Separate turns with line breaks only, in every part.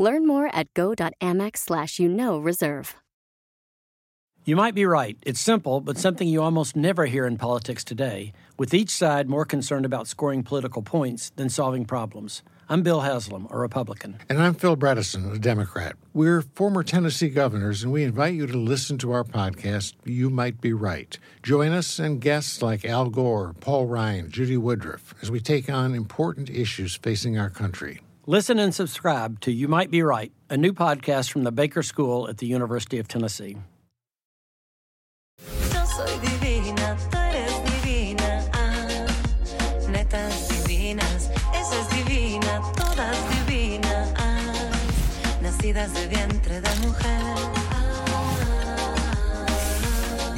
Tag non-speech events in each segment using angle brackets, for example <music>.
Learn more at go.amex slash you know reserve.
You might be right. It's simple, but something you almost never hear in politics today, with each side more concerned about scoring political points than solving problems. I'm Bill Haslam, a Republican.
And I'm Phil Bredesen, a Democrat. We're former Tennessee governors, and we invite you to listen to our podcast, You Might Be Right. Join us and guests like Al Gore, Paul Ryan, Judy Woodruff, as we take on important issues facing our country.
Listen and subscribe to You Might Be Right, a new podcast from the Baker School at the University of Tennessee.
Yo soy divina, tú eres divina. Ah, netas divinas, esa es divina, todas divinas. Ah, nacidas de vientre de mujer. Ah,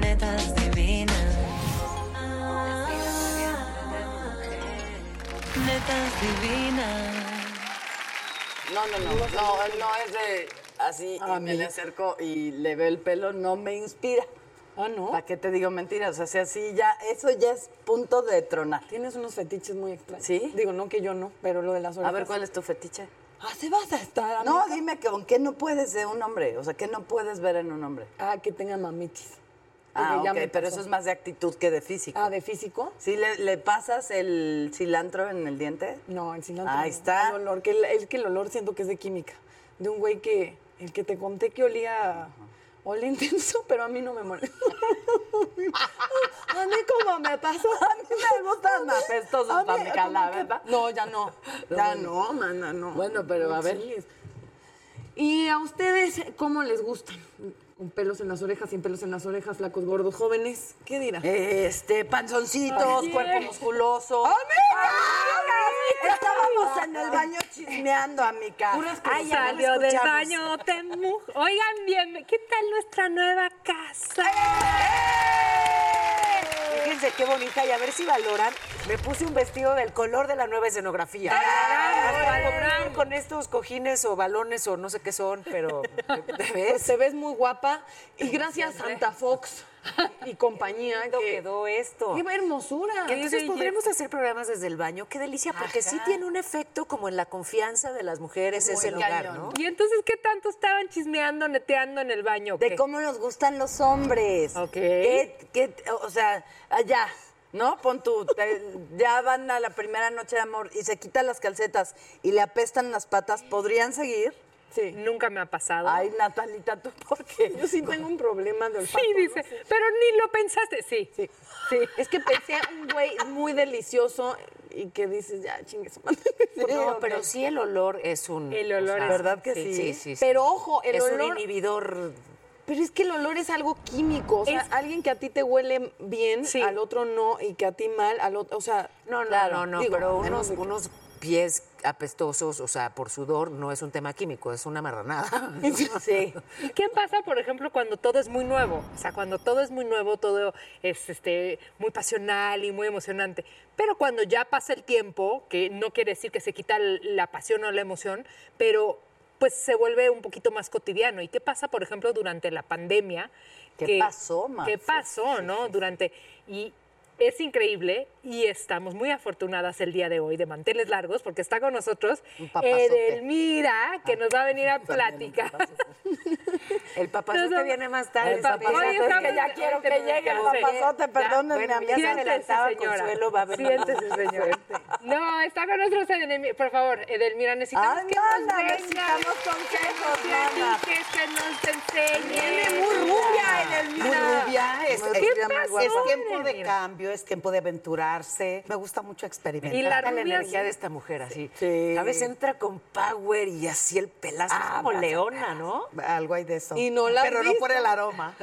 netas divinas. Ah, netas divinas.
No, no, no, no, él no es de así y me le acerco y le veo el pelo, no me inspira.
Ah, ¿no?
¿Para qué te digo mentiras? O sea, sí, ya, eso ya es punto de tronar.
Tienes unos fetiches muy extraños.
¿Sí?
Digo, no que yo no, pero lo de las
A
orejas.
ver, ¿cuál es tu fetiche?
Ah, ¿se vas a estar?
No,
amiga?
dime que con qué no puedes de un hombre, o sea, qué no puedes ver en un hombre.
Ah, que tenga mamitis.
Ah,
Porque ya
ok,
me
pero
pasó.
eso es más de actitud que de físico.
Ah, ¿de físico?
¿Sí le, le pasas el cilantro en el diente?
No, el cilantro.
Ahí
no.
está.
El olor, que el, es que el olor siento que es de química. De un güey que, el que te conté que olía, olía intenso, <laughs> pero a mí no me molesta. a mí como me pasó.
<laughs> A mí me gustan apestosos,
A mí,
Pamela,
como
la
que-
verdad.
No, ya no.
No,
Ya
bueno.
no, mana, no.
Bueno, pero a ver.
Sí. ¿Y a ustedes cómo les gustan? ¿Con pelos en las orejas, sin pelos en las orejas, flacos, gordos, jóvenes? ¿Qué dirán?
Este, panzoncitos,
Ay,
cuerpo
sí.
musculoso.
¡Amiga!
¡Amiga! Estábamos en el baño chismeando, amiga.
Puras
Ay, ya no
Salió del
escuchamos.
baño, te mu- Oigan bien, ¿qué tal nuestra nueva casa?
Fíjense qué bonita y a ver si valoran. Me puse un vestido del color de la nueva escenografía. Hasta compré Con estos cojines o balones o no sé qué son, pero ¿te
Pues
ves?
te ves muy guapa y gracias Santa Fox y compañía
lindo
que-
quedó esto.
¡Qué hermosura!
Entonces
belleza.
podremos hacer programas desde el baño. Qué delicia, porque sí tiene un efecto como en la confianza de las mujeres ese lugar,
<laughs>
¿no?
Y entonces, ¿qué tanto estaban chismeando, neteando en el baño? o
De
qué?
cómo nos gustan los hombres.
Ok.
¿Qué- qué- o sea, allá, ¿no? Pon tú, te- <laughs> ya van a la primera noche de amor y se quitan las calcetas y le apestan las patas, ¿podrían seguir?
Sí.
Nunca me ha pasado.
Ay, Natalita, ¿tú por qué?
<laughs> Yo sí tengo un problema de olfato.
sí,
¿no?
dice, pero ni lo pensaste. Sí,
Sí.
sí.
Es que pensé un güey muy delicioso y que dices, ya, chingue su madre.
No, pero sí el olor es un...
El olor es-
¿Verdad que sí?
Sí, sí, sí.
Pero ojo, el
es
olor-
un inhibidor
Pero es que el olor es algo químico. O sea,
Es-
alguien que a ti te huele bien,
Sí.
al otro no, y que a ti mal, al otro. O sea,
No, no, no, no,
digo,
pero
a
unos,
menos de que-
unos pies apestosos, o sea, por sudor, no es un tema químico, es una marranada.
<laughs>
Sí.
¿Y ¿Qué pasa, por ejemplo, cuando todo es muy nuevo? O sea, cuando todo es muy nuevo, todo es este, muy pasional y muy emocionante. Pero cuando ya pasa el tiempo, que no quiere decir que se quita l- la pasión o la emoción, pero pues se vuelve un poquito más cotidiano. ¿Y qué pasa, por ejemplo, durante la pandemia?
¿Qué pasó, Max?
¿Qué pasó, no? Durante... Y es increíble y estamos muy afortunadas el día de hoy de manteles largos porque está con nosotros
Un papazote.
Edelmira, que nos va a
<laughs>
venir a platicar.
El papazote
Entonces,
viene más tarde.
el papazote
espérate.
es que ya quiero que llegue el papazote,
perdónenme,
bueno,
a mí
ya se
Siéntese,
adelantaba
señora.
Consuelo, va a haber <laughs>
Siéntese, señor. <laughs> No, está con nosotros Edelmira. Por favor, Edelmira, necesitamos que nos
Ándala,
venga.
necesitamos consejos,
que
mana.
nos platique, que nos enseñe.
Muy rubia, Edelmira.
Muy rubia, es-
Muy
es
¿Qué
era muy guapa.
Es tiempo de
mira.
cambio, es tiempo de aventurarse. Me gusta mucho experimentar.
Y la rubia
energía
sí.
de esta mujer así.
Sí.
A veces entra con power y así el pelazo es como leona, ¿no?
Algo hay de eso.
Y no la has
Pero no
visto.
por el aroma.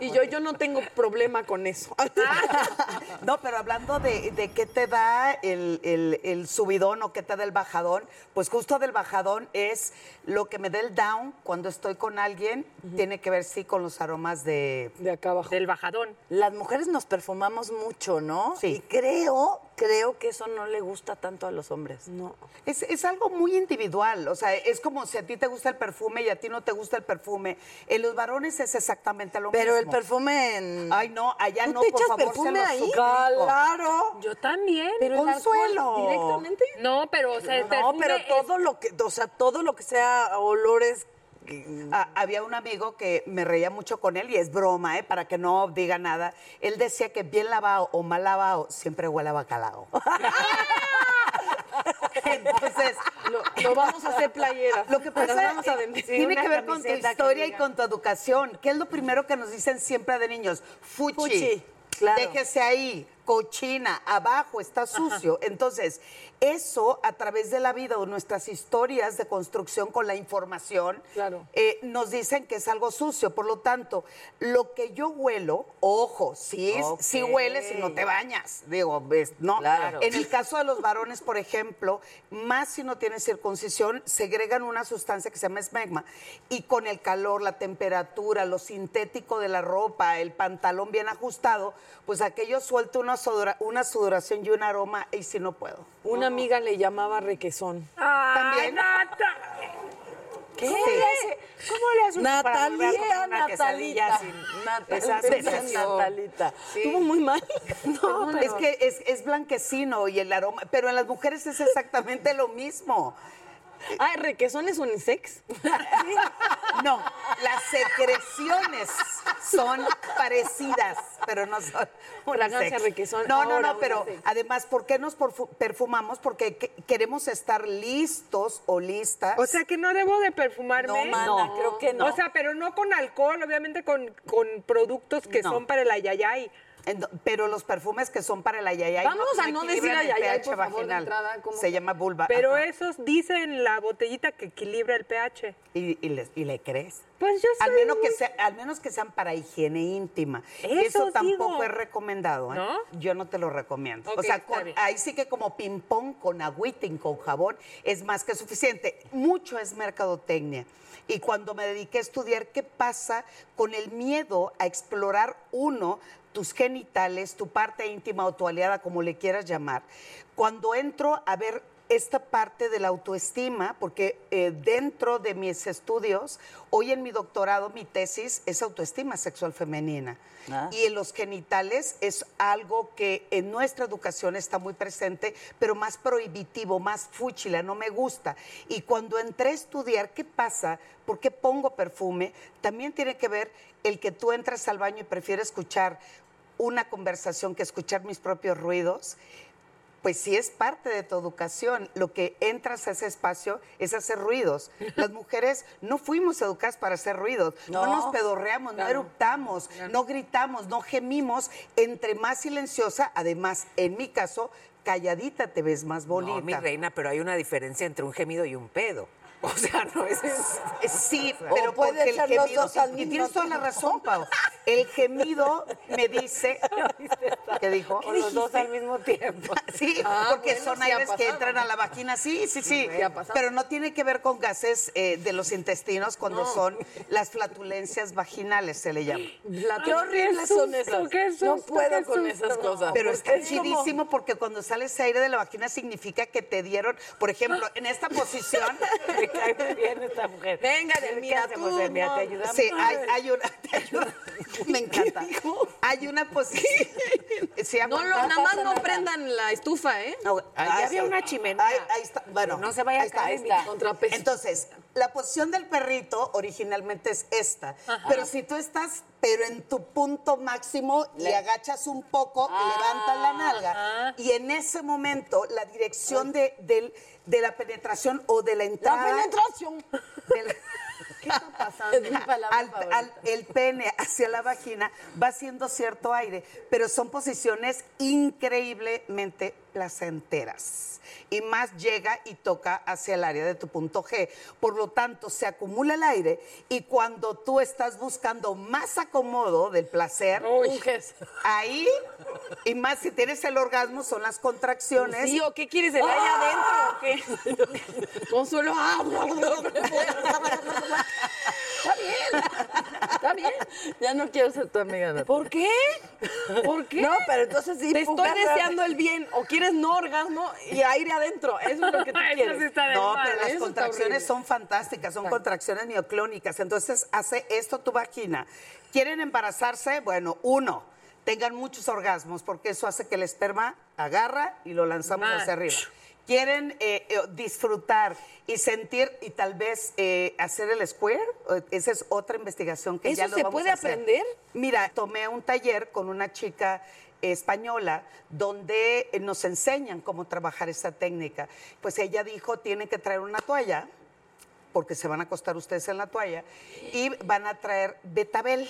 Y yo, yo no tengo problema con eso.
<laughs> No, pero hablando de, de qué te da el, el- el subidón o qué te da el bajadón, pues justo del bajadón es lo que me da el down cuando estoy con alguien, tiene que ver sí con los aromas de...
De acá abajo.
Del bajadón.
Las mujeres nos perfumamos mucho, ¿no? Sí. Y creo, creo que eso no le gusta tanto a los hombres.
No.
Es, es algo muy individual, o sea, es como si a ti te gusta el perfume y a ti no te gusta el perfume. En los varones es exactamente lo
Pero el
mismo.
perfume en...
Ay, no, allá
¿Tú
no,
te
por
echas
favor,
perfume
se los
ahí?
suplico.
Claro.
Yo también.
Pero el alcohol,
Consuelo.
<laughs>
¿Directamente?
no, pero o sea, el
No,
perfume
pero
es-
todo lo que, o sea, todo lo que sea olores.
Ah, había un amigo que me reía mucho con él y es broma, ¿eh? para que no diga nada. Él decía que bien lavado o mal lavado siempre huele a bacalao. Entonces,
Lo, lo vamos a hacer playeras.
lo que pasa
Las vamos a
eh,
vender.
tiene
una
que ver con tu
camiseta que
historia y
diga.
con tu educación. ¿Qué es lo primero que nos dicen siempre de niños? Fuchi.
Fuchi, claro.
Déjese ahí, cochina, abajo, está sucio. Entonces, eso a través de la vida o nuestras historias de construcción con la información,
Claro.
eh, nos dicen que es algo sucio. Por lo tanto, lo que yo huelo, ojo, sí, es-
Ok.
sí hueles y no te bañas. Digo, ves, no.
Claro.
En el caso de los varones, por ejemplo, más si no tienen circuncisión, segregan una sustancia que se llama esmegma. Y con el calor, la temperatura, lo sintético de la ropa, el pantalón bien ajustado, pues aquello suelta una, sudora- una sudoración y un aroma, y si no puedo.
Una amiga le llamaba requesón.
Ay,
También.
Nata.
¿Qué? ¿Cómo le hace, cómo le hace uno para volver a comer
Natalia,
una quesadilla
Natalita.
sin
Natalita,
sensación?
Natalita.
Estuvo muy <laughs> mal.
No, es que es, es blanquecino y el aroma, pero en las mujeres es exactamente lo mismo.
Ah, requesón es unisex.
No, las secreciones son parecidas, pero no son unisex.
Fragancia requesón,
No, no,
ahora
no, pero
unisex.
además, ¿por qué nos perfu- perfumamos? Porque que- queremos estar listos o listas.
O sea que no debo de perfumarme.
No, mana, No. creo que no.
O sea, pero no con alcohol, obviamente con, con productos que
No.
son para el ayayay.
Ento- pero los perfumes que son para la yayay.
Vamos a no decir
equilibran el
ayayay,
pH
por favor, de
vaginal.
entrada, ¿cómo?
Se llama vulva.
Pero
ajá.
esos dicen la botellita que equilibra el pH.
Ah, Y, y le, y le crees.
Pues yo
Al
soy
menos, que
muy-
sea- al menos que sean para higiene íntima.
Eso
Eso,
os
tampoco
digo.
es recomendado. ¿eh?
¿No?
Yo no te lo recomiendo.
Ok,
o sea,
está
con-
bien.
ahí sí que como ping-pong con agüita y con jabón es más que suficiente. Mucho es mercadotecnia. Y cuando me dediqué a estudiar qué pasa con el miedo a explorar uno tus genitales, tu parte íntima o tu aliada, como le quieras llamar, cuando entro a ver esta parte de la autoestima, porque eh, dentro de mis estudios, hoy en mi doctorado, mi tesis es autoestima sexual femenina.
Ah,
Y en los genitales es algo que en nuestra educación está muy presente, pero más prohibitivo, más fúchila, no me gusta. Y cuando entré a estudiar qué pasa, por qué pongo perfume, también tiene que ver el que tú entras al baño y prefieres escuchar una conversación que escuchar mis propios ruidos. Pues sí es parte de tu educación. Lo que entras a ese espacio es hacer ruidos. Las mujeres no fuimos educadas para hacer ruidos. No,
No.
nos pedorreamos, no eructamos, no gritamos, no gemimos. Entre más silenciosa, además, en mi caso, calladita te ves más bonita.
No, mi reina, pero hay una diferencia entre un gemido y un pedo. <laughs> O sea, no es... es-
Eh, Sí,
O
pero
puede
porque el
ser los
gemido.
dos al
Y
mismo
tienes toda la
tiempo.
razón, Pau. El gemido me dice. ¿Qué dijo?
o los dos al mismo tiempo.
<laughs> Sí,
Ah,
porque
bueno,
son
sí ha
aires que
pasado.
entran a la vagina, sí, sí, sí.
sí ha pasado.
pero no tiene que ver con gases eh, de los intestinos cuando son las flatulencias vaginales, se le llama.
La
Qué horrible son esas.
no puedo
qué
con
susto.
esas cosas.
Pero
Porque
está
es como-
chidísimo porque cuando sale ese aire de la vagina significa que te dieron, por ejemplo, en esta posición,
Me cae muy bien esta mujer.
Venga,
A ver,
Delmira,
¿qué hacemos,
tú,
Delmira?
no.
¿Te ayudamos?
sí, hay, hay una, hay
<laughs>
una- me encanta. Hay una posición. se llama-
No, lo, nada más no prendan la estufa, ¿eh?
No, ah,
Ahí había una chimenea.
Ahí, ahí está. Bueno,
No se vaya a
ahí está,
caer,
ahí
mira.
está.
Contrapeso.
Entonces, la posición del perrito originalmente es esta. Pero si tú estás, pero en tu punto máximo, le, agachas un poco,
Ah,
levantas la nalga. Y en ese momento, la dirección de, del- de la penetración o de la entrada.
penetración.
del-
¿Qué está pasando? es mi palabra
al-
favorita.
al- el pene hacia la vagina va haciendo cierto aire, pero son posiciones increíblemente placenteras. Y más llega y toca hacia el área de tu punto G. Por lo tanto, se acumula el aire y cuando tú estás buscando más acomodo del placer,
Unges.
<laughs> ahí, y más si tienes el orgasmo, son las contracciones. ¡Ah!
Sí, ¿o ¿qué quieres? ¿El aire adentro o qué? Consuelo, ah, Está bien, está bien. Ya no quiero ser tu amiga. Natalia.
¿Por qué?
¿Por qué?
No, pero entonces sí,
Te estoy
pongan-
deseando el bien. O quieres no orgasmo y aire adentro. Eso es lo <laughs> que tú
<laughs> Eso
quieres.
sí está de
No,
mal.
pero las
está
contracciones
horrible.
son fantásticas, son contracciones mioclónicas. Entonces, hace esto tu vagina. ¿Quieren embarazarse? Bueno, uno, tengan muchos orgasmos, porque eso hace que el esperma agarra y lo lanzamos
Mal.
hacia arriba. Quieren eh, eh, disfrutar y sentir y tal vez eh, hacer el square. Eh, Esa es otra investigación que
¿Eso
ya lo
se
vamos
puede
a hacer.
aprender?
Mira, tomé un taller con una chica española donde eh, nos enseñan cómo trabajar esta técnica. Pues ella dijo, tienen que traer una toalla, porque se van a acostar ustedes en la toalla, y van a traer betabel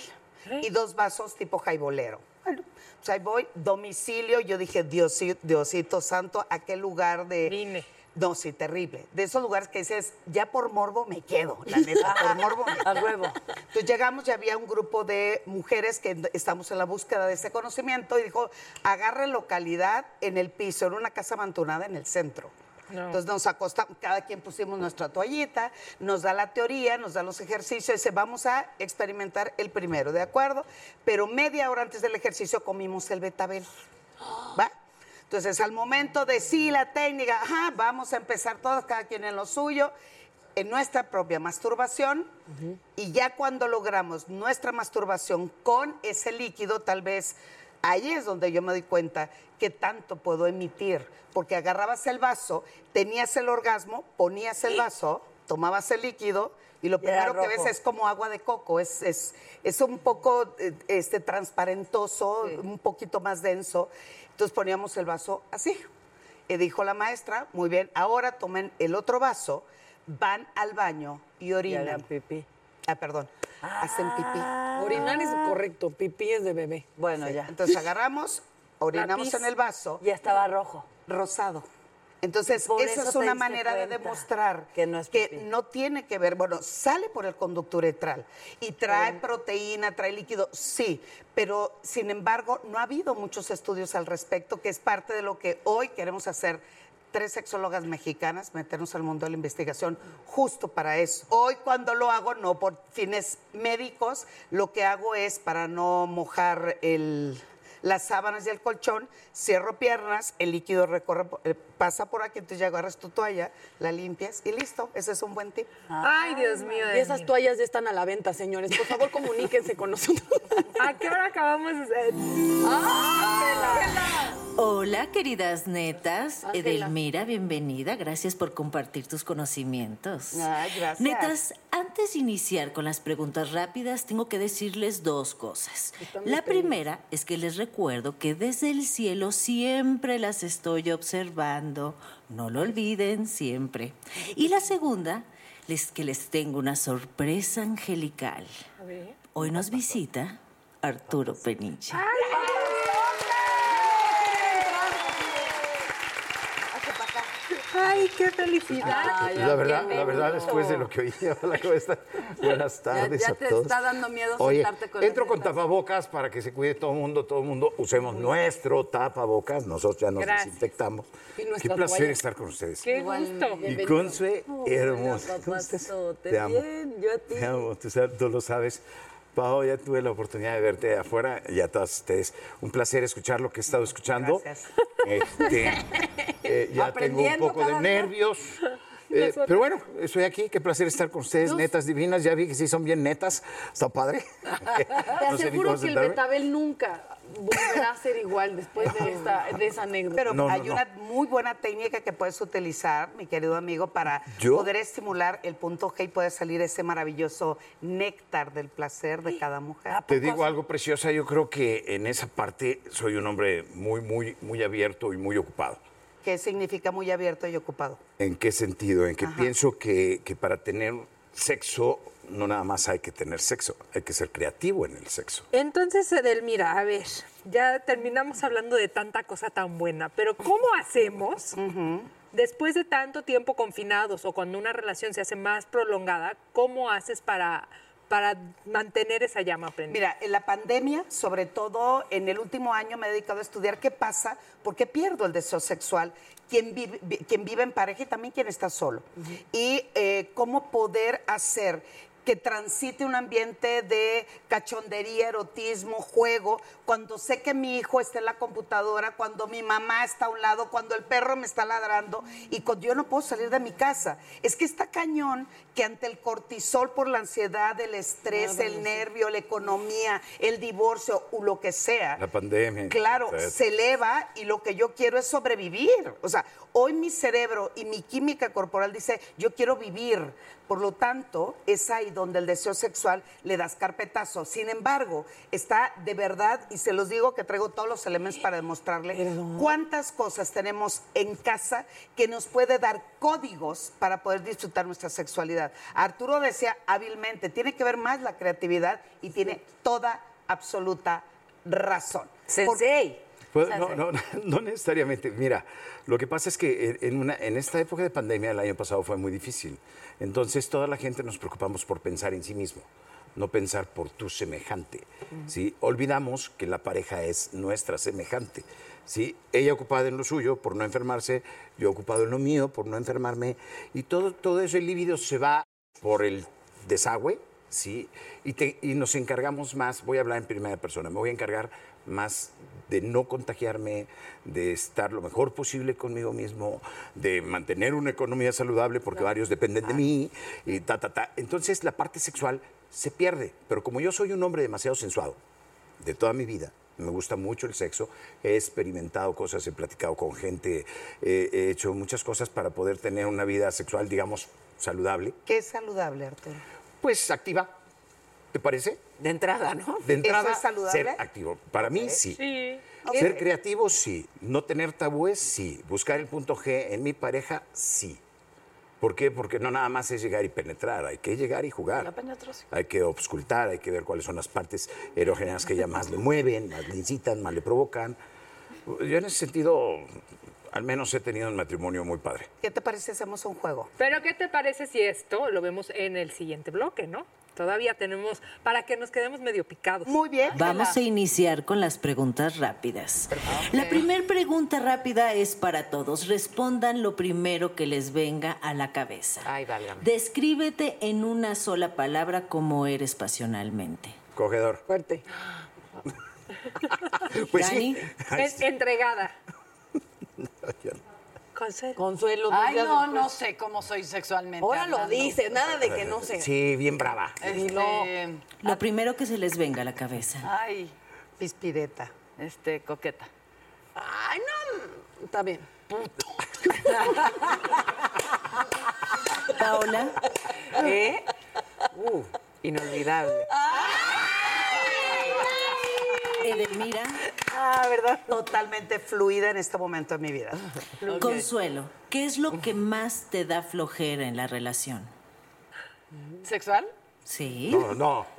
y dos vasos tipo jaibolero. Bueno, pues ahí voy, domicilio, yo dije, Diosito, Diosito santo, ¿a qué lugar de...?
Vine.
No, sí, terrible. De esos lugares que dices, ya por morbo me quedo, la neta,
<laughs>
por morbo me quedo. Entonces llegamos y había un grupo de mujeres que en- estamos en la búsqueda de ese conocimiento y dijo, agarre localidad en el piso, en una casa amontonada en el centro. Entonces nos acostamos, cada quien pusimos nuestra toallita, nos da la teoría, nos da los ejercicios, dice, vamos a experimentar el primero, ¿de acuerdo? Pero media hora antes del ejercicio comimos el betabel. ¿Va? Entonces, al momento de sí, la técnica, ajá, vamos a empezar todos, cada quien en lo suyo, en nuestra propia masturbación. Y ya cuando logramos nuestra masturbación con ese líquido, tal vez ahí es donde yo me doy cuenta que tanto puedo emitir. Porque agarrabas el vaso, tenías el orgasmo, ponías el vaso, tomabas el líquido. Y lo
Y era
primero que ves
rojo.
es como agua de coco, es, es, es un poco eh, este, transparentoso, un poquito más denso. Entonces poníamos el vaso así. Y dijo la maestra, muy bien, ahora tomen el otro vaso, van al baño y orinan.
hagan pipí.
Ah, perdón, hacen pipí.
Ah. Orinar es correcto. Pipí es de bebé.
Bueno,
Sí,
ya.
Entonces agarramos, orinamos
Lápiz.
en el vaso
Ya estaba rojo.
rosado. Entonces,
Por
esa
eso
es
te
una
diste
manera de
cuenta
demostrar
que no es pipí.
no tiene que ver, bueno, sale por el conducto uretral y trae proteína, trae líquido, sí, pero sin embargo no ha habido muchos estudios al respecto, que es parte de lo que hoy queremos hacer tres sexólogas mexicanas, meternos al mundo de la investigación justo para eso. Hoy cuando lo hago, no por fines médicos, lo que hago es para no mojar el las sábanas y el colchón, cierro piernas, el líquido recorre, po- eh, pasa por aquí, entonces ya agarras tu toalla, la limpias y listo. Ese es un buen tip.
Ah,
Ay, Dios mío.
Y
Dios
esas
mío.
toallas ya están a la venta, señores. Por favor, comuníquense con nosotros.
¿A qué hora acabamos? Eh,
Hola, queridas netas. Edelmira, bienvenida. Gracias por compartir tus conocimientos.
Ay, gracias.
Netas, antes de iniciar con las preguntas rápidas, tengo que decirles dos cosas. La primera es que les recuerdo que desde el cielo siempre las estoy observando. No lo olviden siempre. Y la segunda es que les tengo una sorpresa angelical. Hoy nos visita Arturo Peniche.
Ay, qué felicidad.
la verdad, la verdad, después de lo que oí, <laughs> hola, ¿cómo están? Buenas tardes
ya
a
te
todos.
está dando miedo
Oye,
sentarte con la
entro con
neta.
tapabocas para que se cuide todo el mundo, todo el mundo. Usemos nuestro tapabocas, nosotros ya nos
Gracias.
desinfectamos.
Y nuestra
Qué placer
toalla.
estar con ustedes.
Qué gusto.
Y Conce, hermosa. ¿Cómo estás?
papazote.
Te amo.
Bien, yo a
<laughs>
ti.
Te amo, tú, sabes- tú lo sabes. Pao, ya tuve la oportunidad de verte afuera y a todas ustedes. Un placer escuchar lo que he estado escuchando. <laughs> Este,
<laughs>
eh, ya tengo un
Aprendiendo
poco de
cada día.
nervios.
<laughs>
Eh, pero bueno, estoy aquí. Qué placer estar con ustedes, netas divinas. Ya vi que sí son bien netas. Está padre.
Te
No sé ni
aseguro
cómo
que el
sentarme.
betabel nunca volverá a ser igual después de, esta, de esa anécdota.
Pero
No, no,
hay
no.
una muy buena técnica que puedes utilizar, mi querido amigo, para
¿Yo?
poder estimular el punto G y puede salir ese maravilloso néctar del placer de cada mujer.
Te digo algo preciosa, yo creo que en esa parte soy un hombre muy, muy, muy abierto y muy ocupado.
¿Qué significa muy abierto y ocupado?
¿En qué sentido? En que pienso que, que para tener sexo no nada más hay que tener sexo, hay que ser creativo en el sexo.
Entonces, Edelmira, a ver, ya terminamos hablando de tanta cosa tan buena, pero ¿cómo hacemos después de tanto tiempo confinados o cuando una relación se hace más prolongada, cómo haces para, para mantener esa llama prendida?
Mira, en la pandemia, sobre todo en el último año, me he dedicado a estudiar qué pasa, porque pierdo el deseo sexual, quien vive, vi- quien vive en pareja y también quien está solo. Y eh, cómo poder hacer que transite un ambiente de cachondería, erotismo, juego, cuando sé que mi hijo está en la computadora, cuando mi mamá está a un lado, cuando el perro me está ladrando y cuando yo no puedo salir de mi casa. Es que está cañón que ante el cortisol por la ansiedad, el estrés,
Claro, sí.
el nervio, la economía, el divorcio o lo que sea,
La pandemia.
Claro,
etcétera.
se eleva y lo que yo quiero es sobrevivir. O sea, hoy mi cerebro y mi química corporal dice, yo quiero vivir. Por lo tanto, es ahí donde el deseo sexual le das carpetazo. Sin embargo, está de verdad, y se los digo que traigo todos los elementos para demostrarle cuántas cosas tenemos en casa que nos puede dar códigos para poder disfrutar nuestra sexualidad. Arturo decía hábilmente, tiene que ver más la creatividad y tiene toda absoluta razón. Sensei.
Pues, no, no, <laughs> no necesariamente. Mira, lo que pasa es que en, una, en esta época de pandemia el año pasado fue muy difícil. Entonces toda la gente nos preocupamos por pensar en sí mismo, no pensar por tu semejante. ¿sí? Olvidamos que la pareja es nuestra semejante. ¿sí? Ella ocupada en lo suyo por no enfermarse, yo ocupado en lo mío por no enfermarme. Y todo, todo eso, el líbido se va por el desagüe, ¿sí? Y, te- y nos encargamos más, voy a hablar en primera persona, me voy a encargar más de no contagiarme, de estar lo mejor posible conmigo mismo, de mantener una economía saludable porque varios dependen de mí y ta, ta, ta. Entonces la parte sexual se pierde, pero como yo soy un hombre demasiado sensuado, de toda mi vida. Me gusta mucho el sexo, he experimentado cosas, he platicado con gente, eh, he hecho muchas cosas para poder tener una vida sexual, digamos, saludable.
¿Qué es saludable, Arturo?
Pues activa. ¿Te parece?
De entrada, ¿no?
De entrada,
¿Eso es saludable?
ser activo. Para mí, sí.
Sí.
Ser creativo, sí. No tener tabúes, sí. Buscar el punto G en mi pareja, sí. ¿Por qué? Porque no nada más es llegar y penetrar, hay que llegar y jugar. Hay que obscultar, hay que ver cuáles son las partes erógenas que ya más le mueven, más le incitan, más le provocan. Yo en ese sentido, al menos he tenido un matrimonio muy padre.
¿Qué te parece si hacemos un juego?
Pero ¿qué te parece si esto lo vemos en el siguiente bloque, no? Todavía tenemos para que nos quedemos medio picados.
Muy bien.
Vamos a iniciar con las preguntas rápidas. La primera pregunta rápida es para todos. Respondan lo primero que les venga a la cabeza.
Ay, válgame.
Descríbete en una sola palabra cómo eres pasionalmente.
Cogedor.
Fuerte.
Pues sí. Ay,
En-
<laughs>
entregada. Consuelo.
Consuelo.
dos
Ay,
días
no,
después.
no sé cómo soy sexualmente.
Ahora lo
hablando.
dices, nada de que no sé.
Sí, bien brava.
Este,
Lo primero que se les venga a la cabeza.
Ay,
pispireta.
Este, coqueta.
Ay, no. Está bien.
Paola.
<laughs> ¿Eh? Uh, inolvidable.
Edelmira.
Ah, ¿verdad? Totalmente fluida en este momento de mi vida.
Consuelo, ¿qué es lo que más te da flojera en la relación?
¿Sexual?
Sí.
No,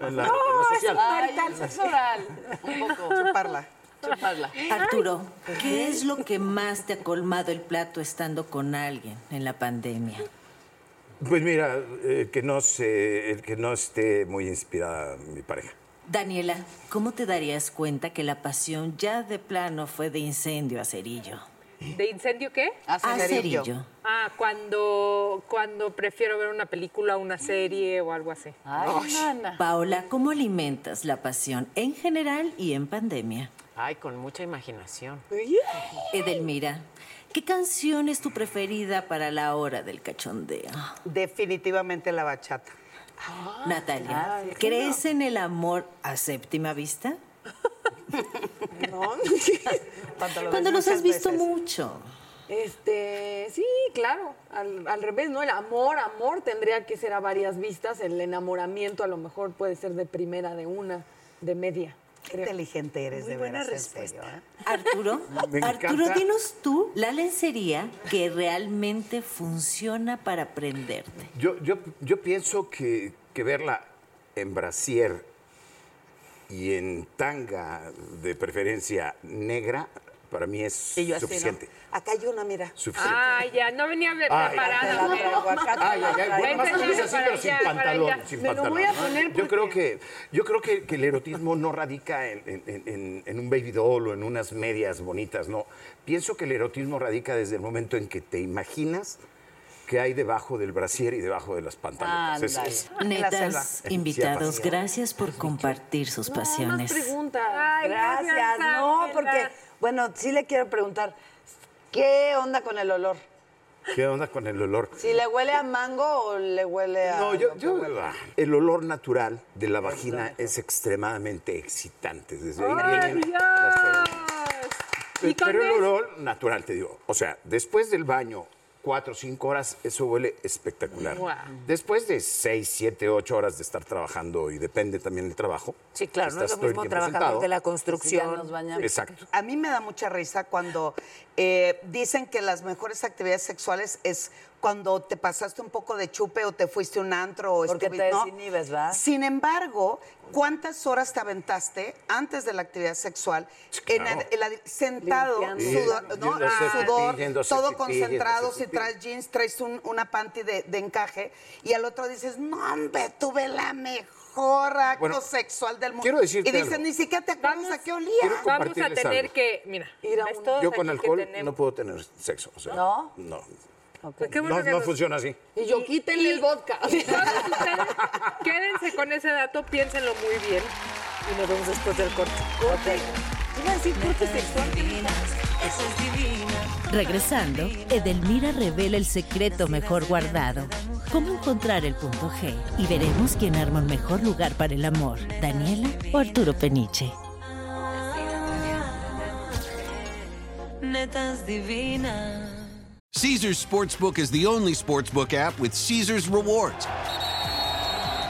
Ah, no, en la, en la social.
Ay, el sexo oral. Un poco.
Chuparla.
Chuparla.
Arturo, ¿qué es lo que más te ha colmado el plato estando con alguien en la pandemia?
Pues mira, eh, que no se- el que no esté muy inspirada mi pareja.
Daniela, ¿cómo te darías cuenta que la pasión ya de plano fue de incendio a cerillo?
¿De incendio qué?
Ah,
Acerillo. Acerillo.
Ah, cuando, cuando prefiero ver una película, una serie o algo así.
Paola, ¿cómo alimentas la pasión en general y en pandemia?
Ay, con mucha imaginación.
Edelmira, ¿qué canción es tu preferida para la hora del cachondeo?
Definitivamente la bachata.
Natalia,
ay,
¿crees en el amor a séptima vista?
No.
Cuando lo
Cuando
ves
los has
muchas
visto
veces.
mucho.
Este, sí, claro, al, al revés, ¿no? El amor, amor tendría que ser a varias vistas, el enamoramiento a lo mejor puede ser de primera, de una, de media. creo.
Inteligente eres,
Muy
de
buena
veras, en serio, ¿eh?
Arturo,
Me encanta.
Arturo, dinos tú la lencería que realmente funciona para prenderte.
Yo, yo, yo pienso que, que verla en brasier y en tanga de preferencia negra, para mí es
Y yo así, ¿no?
suficiente.
Acá hay una, mira.
Suficiente.
Ay, ya, no venía pre-
Ay,
preparada.
ya te la
pero-
traigo acá, Ay, ay, ay, bueno,
Ven,
más o menos
ven,
así,
para
pero sin
allá, para allá.
pantalón, sin pantalón. Yo creo que, yo creo que, que el erotismo no radica en, en- en- en- en un baby doll o en unas medias bonitas, no. Pienso que el erotismo radica desde el momento en que te imaginas que hay debajo del brasier y debajo de las pantalones. Es- es-
Netas,
En
invitados,
Chiapas.
gracias por compartir sus pasiones.
preguntas.
gracias. No, porque, bueno, sí le quiero preguntar, ¿qué onda con el olor?
¿Qué onda con el olor?
¿Si le huele a mango o le huele a.?
No, yo, yo- el olor natural de la vagina es extremadamente excitante. Desde ahí
¡Ay,
vienen
Dios!
las feromonas.
Y con
Pero el
eso-
olor natural, te digo. O sea, después del baño, cuatro o cinco horas, eso huele espectacular.
Guau.
Después de seis, siete, ocho horas de estar trabajando, y depende también del trabajo.
Sí, claro, no es
estás
lo
todo el
mismo
tiempo
trabajador
sentado.
de la construcción. Sí, ya nos bañamos.
Exacto.
A mí me da mucha risa cuando eh, dicen que las mejores actividades sexuales es cuando te pasaste un poco de chupe o te fuiste a un antro
Pues
o
Porque
estuviste-
te
¿no?
desinhibes, ¿verdad?
Sin embargo, ¿cuántas horas te aventaste antes de la actividad sexual en
claro.
el- en la- sentado,
Limpiando.
sudor, ¿no?
Yéndose
Ah.
pipí,
Sudor,
yéndose
todo
pipí,
concentrado,
yéndose
si
pipí.
traes jeans, traes un- una panty de, de encaje y al otro dices, no hombre, tuve la mejor acto
Bueno,
sexual del mundo.
quiero decirte
y dices,
algo.
ni siquiera te acuerdas a qué olía.
quiero
Vamos a
compartirles
tener
algo.
que, mira, ves todos
Yo con
aquí que
alcohol
tenemos.
no puedo tener sexo. o sea,
¿No?
No.
Pues qué bueno
No,
que
no
nos-
funciona así.
Y yo, quítenle el vodka.
Todos ustedes, quédense con ese dato, piénsenlo muy bien y nos vemos después del corte.
Iba a decir corte sexual.
Regresando, Edelmira revela el secreto mejor guardado. ¿Cómo encontrar el punto G? Y veremos quién arma un mejor lugar para el amor, Daniela o Arturo Peniche.
Netas divinas.
Caesar's Sportsbook is the only sportsbook app with Caesar's rewards.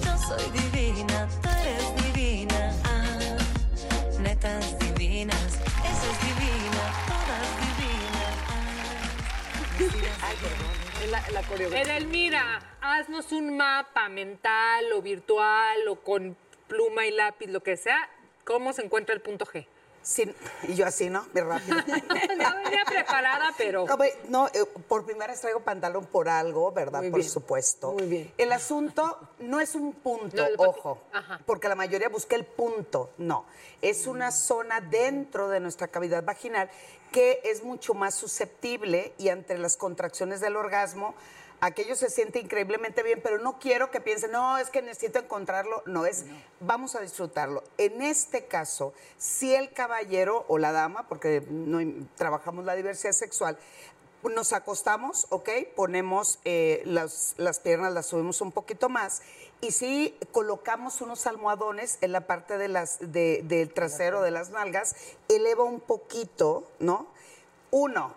Yo soy divina, tú eres divina. Ah, netas divinas, eso es divina, todas divinas. Ah, <laughs>
La, la coreografía.
Edelmira, haznos un mapa mental o virtual o con pluma y lápiz, lo que sea, cómo se encuentra el punto G.
Sin- y yo así, ¿no? Muy rápido.
<laughs> No venía preparada, pero...
No, ve- no, eh, por primera vez traigo pantalón por algo, ¿verdad?
Muy
por
bien,
supuesto.
muy bien.
El asunto no es un punto,
No, el pati-
ojo, porque la mayoría busca el punto, no. Es una zona dentro de nuestra cavidad vaginal que es mucho más susceptible y entre las contracciones del orgasmo, aquello se siente increíblemente bien, pero no quiero que piensen, no, es que necesito encontrarlo, no es, vamos a disfrutarlo. En este caso, si el caballero o la dama, porque no im- trabajamos la diversidad sexual, nos acostamos, ¿ok? Ponemos eh, las, las piernas, las subimos un poquito más. Y sí, colocamos unos almohadones en la parte de las, de- del trasero, de las nalgas, eleva un poquito, ¿no? Uno,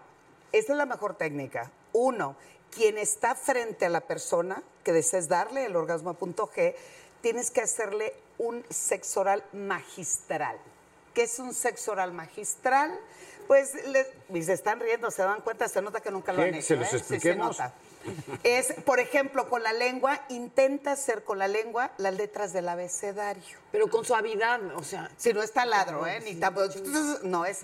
esta es la mejor técnica. Uno, quien está frente a la persona que desees darle el orgasmo a punto G, tienes que hacerle un sexo oral magistral. ¿Qué es un sexo oral magistral? Pues le- y se están riendo, se dan cuenta, se nota que nunca lo
¿Qué?
han hecho.
¿Se los
¿eh? Sí,
expliquemos?
se nota. Es, por ejemplo, con la lengua, intenta hacer con la lengua las letras del abecedario.
Pero con suavidad, o sea.
Si no está ladro, ¿eh? Ni tampoco. No, es.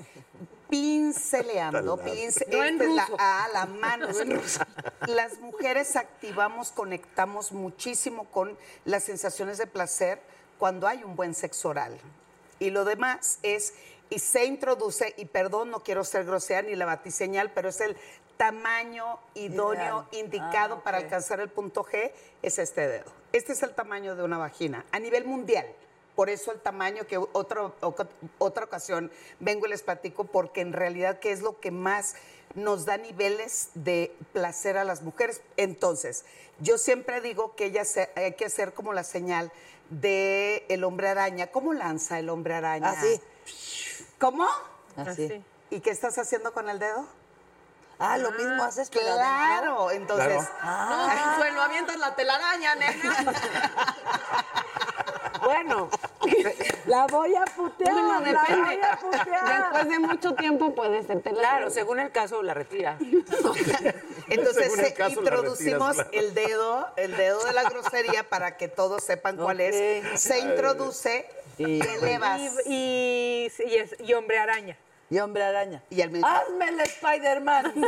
pinceleando, pincel,
No en
esta es este, la
ruso.
A, la mano.
<laughs> No en ruso.
Las mujeres activamos, conectamos muchísimo con las sensaciones de placer cuando hay un buen sexo oral. Y lo demás es, y se introduce, y perdón, no quiero ser grosera ni la batiseñal, pero es el tamaño idóneo,
Ideal.
indicado
Ah,
para
ok.
alcanzar el punto G, es este dedo. Este es el tamaño de una vagina a nivel mundial. Por eso el tamaño que otro- oca- otra ocasión vengo y les platico, porque en realidad, ¿qué es lo que más nos da niveles de placer a las mujeres? Entonces, yo siempre digo que ellas se- hay que hacer como la señal de el hombre araña. ¿Cómo lanza el hombre araña?
Así.
¿Cómo?
Así. Así.
¿Y qué estás haciendo con el dedo?
Ah, lo mismo haces, pero
Claro,
adentro.
entonces.
Claro.
Ah.
No, Consuelo, avientas la telaraña, nena.
<laughs> Bueno, la voy a putear.
Bueno,
la
depende.
voy a putear.
Después de mucho tiempo puede ser telaraña.
Claro, según el caso la <laughs> retira.
Entonces
Según el
eh,
se-
caso, la
introducimos
retiras, claro.
el dedo, el dedo de la grosería para que todos sepan cuál es. Se introduce y elevas.
Y, y- y es- y hombre araña.
Y hombre araña.
Y al mismo-
Hazme el
<laughs>
Spider-Man.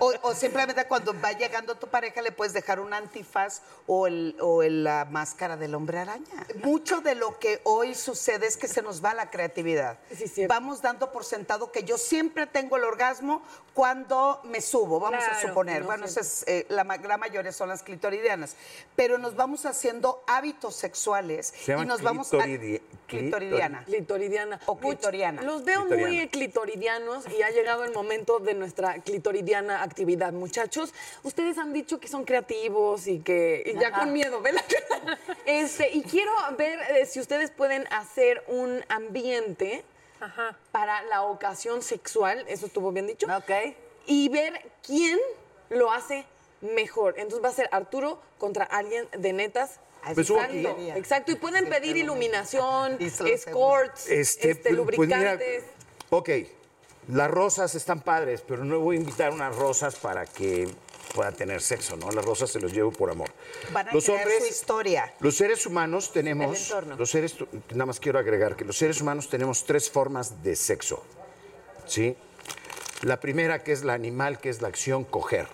o, o simplemente cuando va llegando tu pareja le puedes dejar un antifaz o, el, o el- la máscara del hombre araña. Mucho de lo que hoy sucede es que se nos va la creatividad. Vamos dando por sentado que yo siempre tengo el orgasmo cuando me subo, vamos a
Claro,
suponer.
no
bueno,
siempre.
esas, eh, la ma- gran mayoría son las clitoridianas. Pero nos vamos haciendo hábitos sexuales
Se
y
llaman
nos vamos
clitoridi-
a... Clitoridiana.
Clitoridiana.
O clitoriana.
Los veo muy
Clitoriana.
clitoridianos y ha llegado el momento de nuestra clitoridiana actividad, muchachos. Ustedes han dicho que son creativos y que y ya
Ajá.
con miedo, ¿verdad? Este, y quiero ver eh, si ustedes pueden hacer un ambiente para la ocasión sexual, eso estuvo bien dicho.
Ok.
Y ver quién lo hace mejor. Entonces va a ser Arturo contra alguien de netas.
Así Pues hubo-
Exacto,
no.
exacto. Y pueden pedir iluminación, escorts,
Este,
este,
pues mira,
lubricantes.
ok, las rosas están padres, pero no voy a invitar unas rosas para que puedan tener sexo, ¿no? Las rosas se los llevo por amor.
Van a
los
crear
hombres,
su historia.
los seres humanos
Este El
tenemos,
entorno.
los seres, nada más quiero agregar que los seres humanos tenemos tres formas de sexo, ¿sí? La primera que es la animal, que es la acción coger.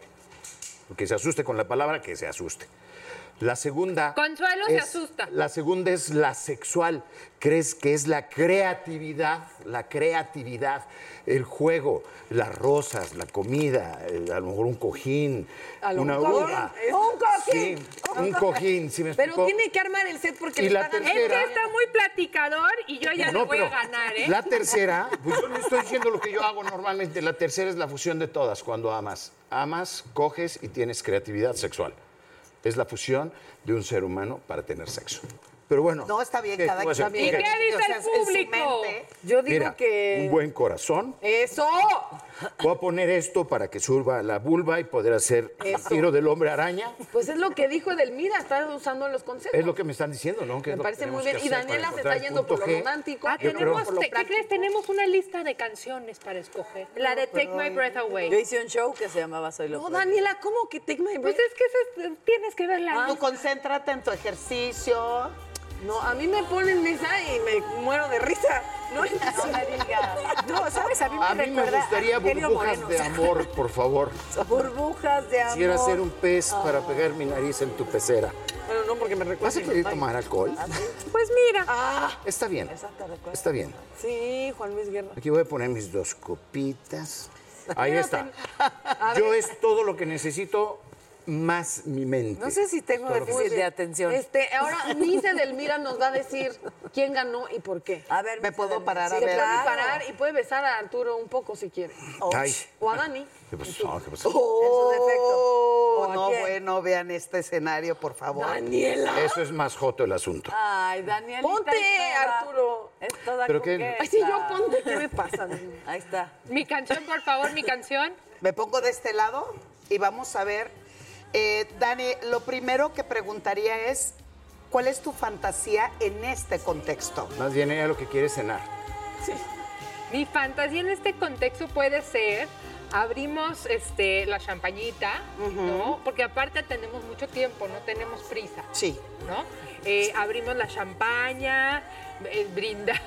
El Que se asuste con la palabra, que se asuste. La segunda.
Consuelo se
es-
asusta.
La segunda es la sexual. Crees que es la creatividad, la creatividad, el juego, las rosas, la comida, el- a lo mejor un cojín,
A lo
una
mejor
uva.
es- Un cojín,
Sí, un cojín, si me
Pero
explicó.
tiene que armar el set porque
Y
le
la
están
tercera-
Este está muy platicador y yo ya
No,
le voy a
pero
ganar, ¿eh?
La tercera, pues yo le estoy diciendo lo que yo hago normalmente. La tercera es la fusión de todas cuando amas. Amas, coges y tienes creatividad sexual. Es la fusión de un ser humano para tener sexo. Pero bueno.
No, está bien,
¿qué
cada
tú vas a
quien.
hacer?
Cada quien, o sea, en su mente.
Yo digo
Mira,
que.
un buen corazón.
¡Eso!
Voy a poner esto para que surba la vulva y poder hacer el
Eso.
tiro del hombre araña.
Pues es lo que dijo Edelmira, está usando los conceptos.
Es lo que me están diciendo, ¿no? Que
me
es lo que
parece muy
tenemos
bien.
que
Y
hacer
Daniela
para
se está
encontrar el
yendo por
punto
lo
G.
romántico.
Ah,
Yo creo-
tenemos, te- ¿qué crees? Tenemos una lista de canciones para escoger. La de Take My Breath Away.
Yo hice un show que se llamaba Soy
No,
loco.
Daniela, ¿cómo que Take My Breath?
Pues es que eso es- tienes que verla.
Tú concéntrate en tu ejercicio.
No, a mí me ponen esa y me muero de risa. No,
No me digas. No, ¿sabes? A mí me
A mí me
recuerda
gustaría
a Eugenio
burbujas
Moreno.
de
<laughs>
amor, por favor.
Burbujas de amor.
Quisiera ser un pez para pegar mi nariz en tu pecera.
Ah, Bueno, no, porque me recuerda.
¿Vas a querer tomar alcohol?
Pues mira.
Está bien. Está bien.
Sí, Juan Luis Guerra.
Aquí voy a poner mis dos copitas. Ahí
Mira,
está. <laughs> Yo es todo lo que necesito más mi mente.
No sé si tengo
Todo lo que
déficit de atención.
Este, ahora Miss Edelmira nos va a decir quién ganó y por qué.
A ver,
Me puedo parar a
Se puede
ver.
parar y puede besar a Arturo un poco si quiere.
Oh. Ay.
O a Dani.
¿Qué pasó? ¿Qué pasó?
Oh,
defecto. ¿O a
no,
quién?
bueno, vean este escenario, por favor.
Daniela.
Eso es más joto el asunto.
Ay, Daniel.
Ponte, Arturo.
Es toda
¿Pero qué?
coqueta.
Ay, sí, yo ponte. ¿Qué me pasa? Daniela?
Ahí está.
Mi canción, por favor, mi canción.
Me pongo de este lado y vamos a ver. Eh, Dani, lo primero que preguntaría es, ¿cuál es tu fantasía en este contexto?
Más bien ella lo que quiere es cenar.
Mi fantasía en este contexto puede ser abrimos este, la champañita, ¿no? Porque aparte tenemos mucho tiempo, no tenemos prisa.
Sí.
¿No? Eh, abrimos la champaña, eh, brindamos.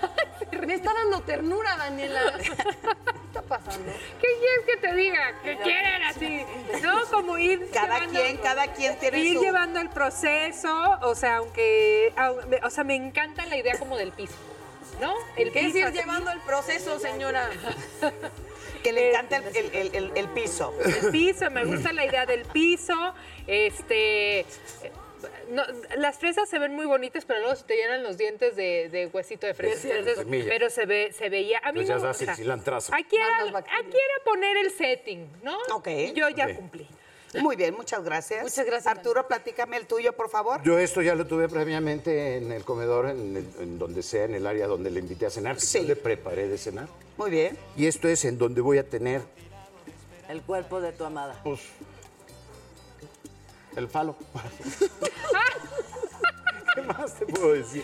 <laughs> Me está dando ternura, Daniela. ¿Qué está pasando?
¿Qué quieres que te diga? ¿Qué quieren así? No, como ir
Cada quien, cada quien tiene
ir
su-
llevando el proceso, o sea, aunque, au- me- o sea, me encanta la idea como del piso, ¿no? El
¿Qué es ir
así.
llevando el proceso, señora?
Que le encanta el, el- el- el- el piso.
El piso, me gusta la idea del piso. Este. no, las fresas se ven muy bonitas, pero luego se te llenan los dientes de, de huesito de fresa.
Es cierto.
Entonces,
Semilla.
pero se ve, se veía. A mí
Pues ya
no,
das el cilantrazo.
Aquí era, aquí era poner el setting, ¿no?
Ok.
Y yo ya
Ok.
cumplí.
Muy bien, muchas gracias. Muchas gracias. Arturo, platícame el tuyo, por favor.
Yo esto ya lo tuve previamente en el comedor, en, el- en donde sea, en el área donde le invité a cenar, que yo le preparé de cenar.
Muy bien.
Y esto es en donde voy a tener
El cuerpo de tu amada.
Pues, el falo. <laughs> ¿Qué más te puedo decir?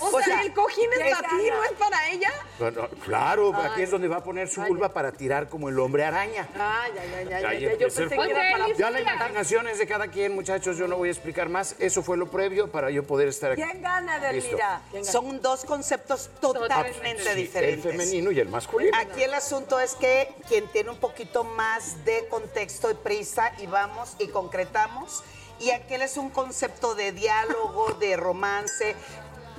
o,
o
sea,
sea,
el cojín
que
es para ti,
gana.
no es para ella.
No, no, claro,
Ay.
aquí es donde va a poner su vulva para tirar como el hombre araña.
Ah, ya, ya, ya. ya,
Ahí
ya, yo
empezó
pensé
el
que
juego.
era para
Ya la imaginación es de cada quien, muchachos. Yo no voy a explicar más. Eso fue lo previo para yo poder estar aquí.
gana,
Listo.
Ah,
Son dos conceptos totalmente
Sí, el
diferentes.
femenino y el masculino.
Aquí el asunto es que quien tiene un poquito más de contexto y prisa y vamos y concretamos. Y aquel es un concepto de diálogo, de romance.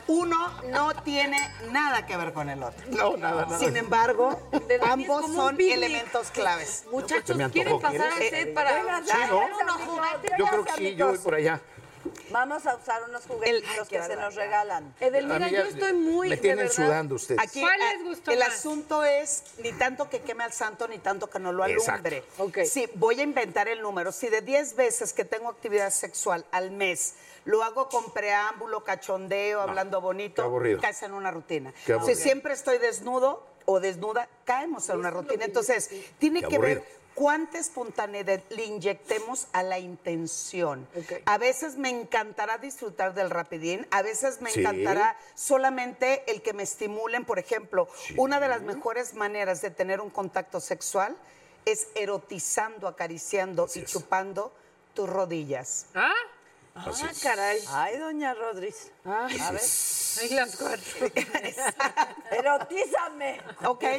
Uno no tiene nada que ver con el otro.
No, nada, nada.
Sin embargo,
De Dani es
ambos
como un
son
picnic.
elementos claves.
Se
Muchachos,
me antojó,
¿quieren pasar al
¿quieres?
set para
Eh, Venga,
Sí, ¿no?
tráiganos unos juguetitos,
Yo creo que sí, yo voy
amigos.
por allá.
Ah,
Vamos a usar unos juguetitos que se nos regalan.
Eh,
Edelmira, yo
Amigas,
estoy muy.
Me
de
tienen
verdad,
sudando ustedes.
Aquí
¿Cuál
ah,
les gustó
el
más?
asunto es ni tanto que queme al santo ni tanto que no lo
Exacto.
alumbre.
Ok.
Sí, voy a inventar el número. Si de 10 veces que tengo actividad sexual al mes lo hago con preámbulo, cachondeo, hablando bonito,
qué aburrido.
caes en una rutina.
Qué
Si
aburrido.
siempre estoy desnudo o desnuda, caemos en una rutina. Entonces, tiene
Qué
que ver
aburrido.
cuánta espontaneidad le inyectemos a la intención.
Ok.
A veces me encantará disfrutar del rapidín, a veces me
Sí.
encantará solamente el que me estimulen, por ejemplo, una de las mejores maneras de tener un contacto sexual es erotizando, acariciando y chupando tus rodillas.
¿Ah?
Así
Ah,
es.
caray.
Ay, doña Rodríguez. a ver,
Ay, las
<laughs>
cuatro.
erotízame.
¿Ok?
Yo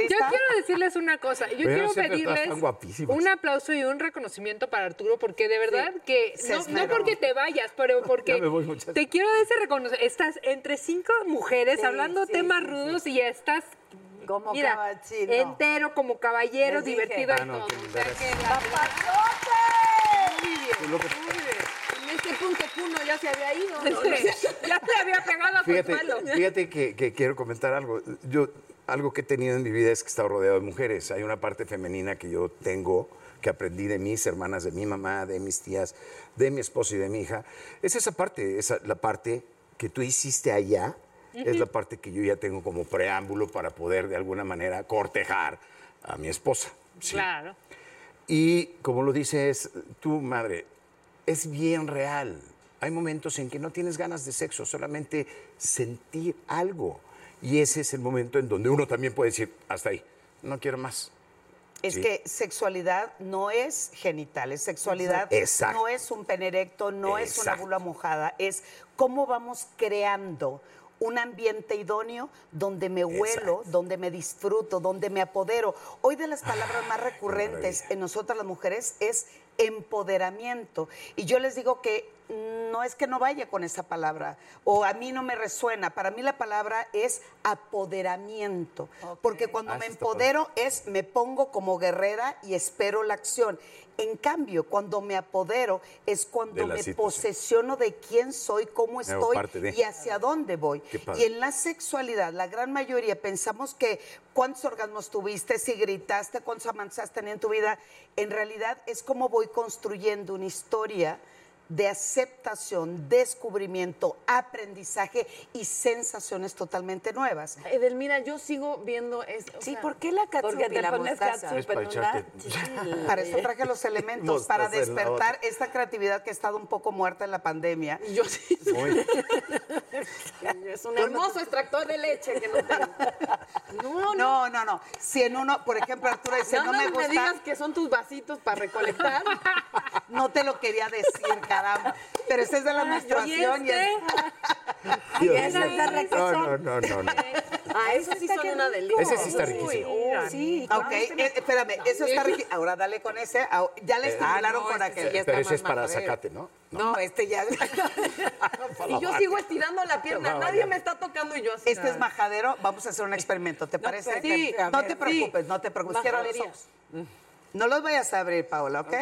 ¿Lista?
quiero decirles una cosa. Yo
Pero
quiero
siempre estás
pedirles
tan guapísima.
un aplauso y un reconocimiento para Arturo, porque de verdad que.
se
No,
esmeró.
no porque te vayas, pero porque.
<laughs> Ya me voy, muchachos.
te quiero dar ese reconocimiento. Estás entre cinco mujeres hablando temas rudos y ya estás.
Como
mira,
cabachino.
entero, como caballero,
Les dije.
divertido
Ah,
en
no,
todo.
que
O sea que la-
¡Papazote!
Lo que-
En este punto Cuno ya se había ido. ¿no? <laughs>
ya te había pegado a tu
Fíjate,
palo.
fíjate que, que quiero comentar algo. Yo, algo que he tenido en mi vida es que he estado rodeado de mujeres. Hay una parte femenina que yo tengo, que aprendí de mis hermanas, de mi mamá, de mis tías, de mi esposo y de mi hija. Es esa parte, esa, la parte que tú hiciste allá, es la parte que yo ya tengo como preámbulo para poder de alguna manera cortejar a mi esposa. ¿sí?
Claro.
Y como lo dices tú, madre, es bien real. Hay momentos en que no tienes ganas de sexo, solamente sentir algo. Y ese es el momento en donde uno también puede decir, hasta ahí, no quiero más.
Es
Sí.
que sexualidad no es genital, es sexualidad
Exacto.
no es un pene erecto, no es una
Exacto.
bula mojada, es cómo vamos creando un ambiente idóneo donde me huelo, donde me disfruto, donde me apodero. Hoy de las
Ah,
palabras más recurrentes en nosotras las mujeres es empoderamiento. Y yo les digo que no es que no vaya con esa palabra o a mí no me resuena. Para mí la palabra es apoderamiento. Porque cuando
Ah,
me
eso está padre.
empodero, primero es me pongo como guerrera y espero la acción. En cambio, cuando me apodero es
De
cuando
la
me
situación.
posesiono de quién soy, cómo
hago
estoy
parte de.
y hacia dónde voy.
Qué padre.
Y en la sexualidad, la gran mayoría pensamos que cuántos orgasmos tuviste, si gritaste, cuántos amantes has tenido en tu vida. En realidad es como voy construyendo una historia de aceptación, descubrimiento, aprendizaje y sensaciones totalmente nuevas.
Edelmira, yo sigo viendo esto.
Sí, ¿por qué la catsup
Porque te
y la
pones
mostaza?
catsup Es para en una echarte- chile.
Para
<laughs>
eso traje los elementos,
Mostaza
para
en la
despertar esta creatividad que ha estado un poco muerta en la pandemia.
Yo <laughs> sí. Es un hermoso extractor de leche que no
<laughs>
tengo.
No, no, no, no. Si en uno, por ejemplo, Arturo dice,
No,
no,
no
me
me
gusta.
digas que son tus vasitos para recolectar.
<laughs> No te lo quería decir, caramba. Pero ese es de la menstruación.
Ah, Y <laughs> este.
Dios
esa
mío.
es la requesón.
no, no, no, no, <laughs> no.
Ah, esos sí son una delicia.
Ese sí está riquísimo.
Oh, sí, ok, eh, espérame, eso está riqui- Ahora dale con ese. ah, Ya le
Eh,
estimularon
ah, no,
con
este
aquel.
sí Pero está ese más es para majadero. zacate, ¿no?
No, este ya.
Y yo sigo estirando la pierna. Nadie me está tocando y yo así.
Este es majadero. Vamos a hacer un experimento, ¿te parece?
pero- Sí, a
no
ver,
te
sí.
preocupes, no te preocupes. Cierra los
Majadería.
ojos. No los vayas a abrir, Paola, ¿ok?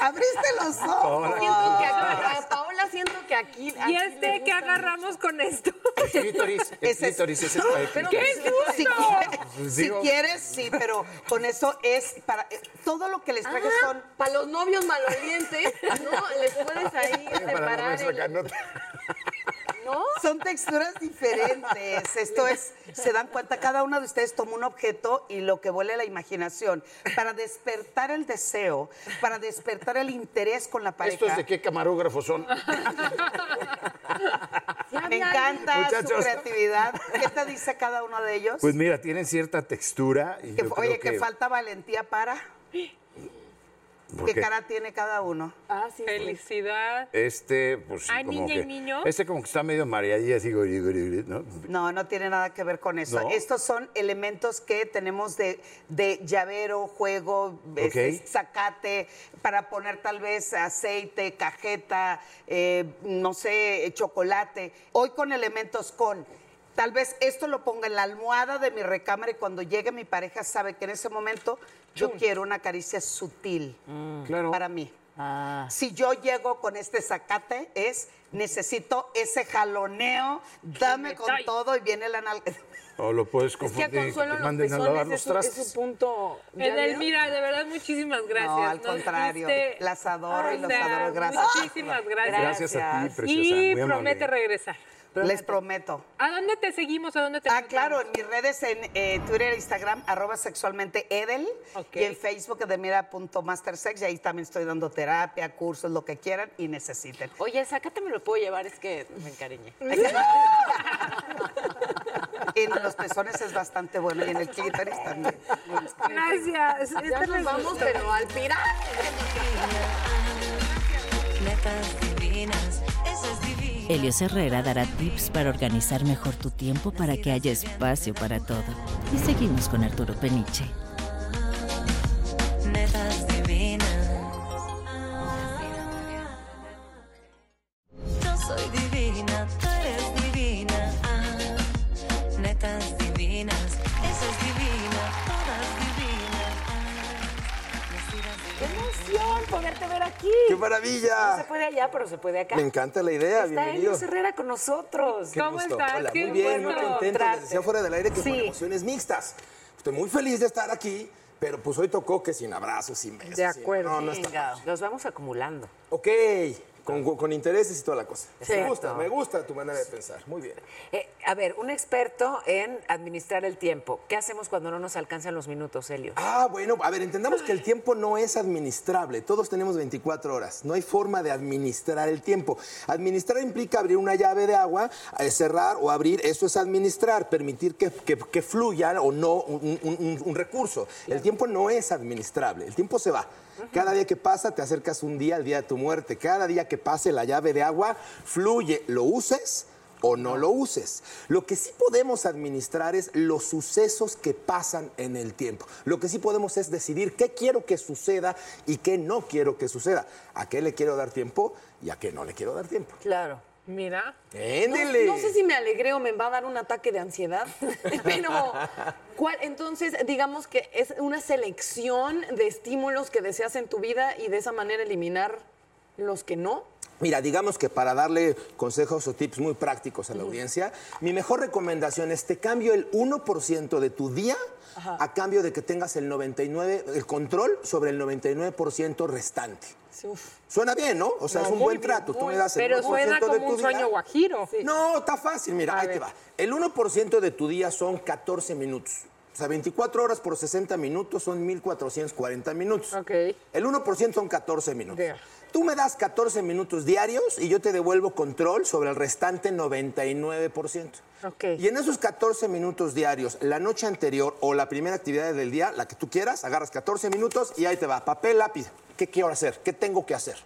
Abriste los
Oh,
ojos.
Siento
<laughs>
que acá-
A Paola siento que aquí.
¿Y este qué agarramos con esto?
Es clítoris, es clítoris, <laughs> ese es para el
Pero-
clítoris.
¡Qué susto!
Si, quieres-
Pues
si
digo-
quieres, sí, pero con eso es para. eh, Todo lo que les traje
Ah,
son.
Para los novios
<laughs>
malolientes, no, les puedes ahí
<laughs> Para
separar.
nuestra
el-
canota.
Son texturas diferentes. Esto es, se dan cuenta, cada uno de ustedes toma un objeto y lo que vuele la imaginación. Para despertar el deseo, para despertar el interés con la pareja.
¿Estos de qué camarógrafos son?
Me
había
encanta su
Muchachos.
creatividad. ¿Qué te dice cada uno de ellos?
Pues mira, tienen cierta textura. Y
Que-
yo creo
oye, que...
que
falta valentía para.
¿Por
¿Qué
qué?
cara tiene cada uno?
Ah, sí.
Felicidad.
Este, pues sí,
Ay,
como
niña y
que-
niño.
Este como que está medio mareadilla, así, guri, guri, guri, ¿no?
No, no tiene nada que ver con eso.
¿No?
Estos son elementos que tenemos de, de llavero, juego, este,
Ok.
zacate, para poner tal vez aceite, cajeta, eh, no sé, eh, chocolate. Hoy con elementos con. Tal vez esto lo ponga en la almohada de mi recámara y cuando llegue mi pareja sabe que en ese momento yo quiero una caricia sutil para mí. Si yo llego con este zacate es necesito ese jaloneo, dame con todo y viene la nalga.
O lo puedes
Es que
confundir
a Consuelo
y que te
los
manden a
pezones
lavar los
es su,
trastes.
es su punto. ¿ya vieron?
Edelmira, de verdad, muchísimas gracias.
No, al
Nos
contrario,
diste-
las adoro y
O
los
sea,
adoro, gracias.
Muchísimas gracias.
Gracias a ti, preciosa,
Y
muy amable.
promete regresar.
Les prometo.
¿A dónde te seguimos? ¿A dónde te
Ah, claro, en mis redes en eh, Twitter, Instagram, arroba sexualmente Edel. Y en Facebook, edelmira.mastersex. Y ahí también estoy dando terapia, cursos, lo que quieran y necesiten.
Oye, sácate, me lo puedo llevar, es que me encariñé.
En los pezones es bastante bueno
<laughs>
y en el clítoris también.
Gracias. este
Ya nos vamos, pero al pirata.
Netas divinas, eso es divino.
Helios Herrera dará tips para organizar mejor tu tiempo para que haya espacio para todo. Y seguimos con Arturo Peniche.
Netas divinas. Yo soy divina, tú eres divina. Ah, netas divinas, eso es divina, todas divinas. Ah.
¡Qué emoción poderte ver aquí!
¡Qué maravilla!
No se puede allá, pero se puede acá.
Me encanta la idea,
Está
bienvenido.
Elios Herrera con nosotros.
Qué gusto. Hola, muy bien, muy contento. Les decía fuera del aire que son emociones mixtas. Estoy muy feliz de estar aquí, pero pues hoy tocó que sin abrazos, sin besos.
De
sin-
acuerdo.
No, no está
Venga,
fácil.
Los vamos acumulando.
Ok, con, con intereses y toda la cosa.
Sí.
Me gusta, me gusta tu manera de pensar. Muy bien.
Eh, a ver, un experto en administrar el tiempo. ¿Qué hacemos cuando no nos alcanzan los minutos, Elios?
Ah, bueno, a ver, entendamos que el tiempo no es administrable. Todos tenemos 24 horas. No hay forma de administrar el tiempo. Administrar implica abrir una llave de agua, eh, cerrar o abrir. Eso es administrar, permitir que, que- que fluya o no un, un- un- un recurso. El tiempo no es administrable. El tiempo se va. Cada día que pasa te acercas un día al día de tu muerte. Cada día que pase la llave de agua fluye. Lo uses o no lo uses. Lo que sí podemos administrar es los sucesos que pasan en el tiempo. Lo que sí podemos es decidir qué quiero que suceda y qué no quiero que suceda. A qué le quiero dar tiempo y a qué no le quiero dar tiempo.
Claro.
Mira.
Éndele.
No, no sé si me alegré o me va a dar un ataque de
<laughs>
ansiedad, pero ¿cuál? Entonces, digamos que es una selección de estímulos que deseas en tu vida y de esa manera eliminar los que no.
Mira, digamos que para darle consejos o tips muy prácticos a la audiencia, mi mejor recomendación es te cambio el 1% de tu día a cambio de que tengas el 99, el control sobre el 99% restante. Suena bien, ¿no? O sea,
No,
es un
muy
buen
bien,
trato. Tú
muy-
me das el
pero
1%
suena
de
como
tu
un
día.
sueño guajiro.
No, está fácil. Mira, ahí te va. El 1% de tu día son 14 minutos. O sea, 24 horas por 60 minutos son 1440 minutos. El 1% son 14 minutos. Tú me das 14 minutos diarios y yo te devuelvo control sobre el restante 99%. Y en esos 14 minutos diarios, la noche anterior o la primera actividad del día, la que tú quieras, agarras 14 minutos y ahí te va, papel, lápiz. ¿Qué quiero hacer? ¿Qué tengo que hacer?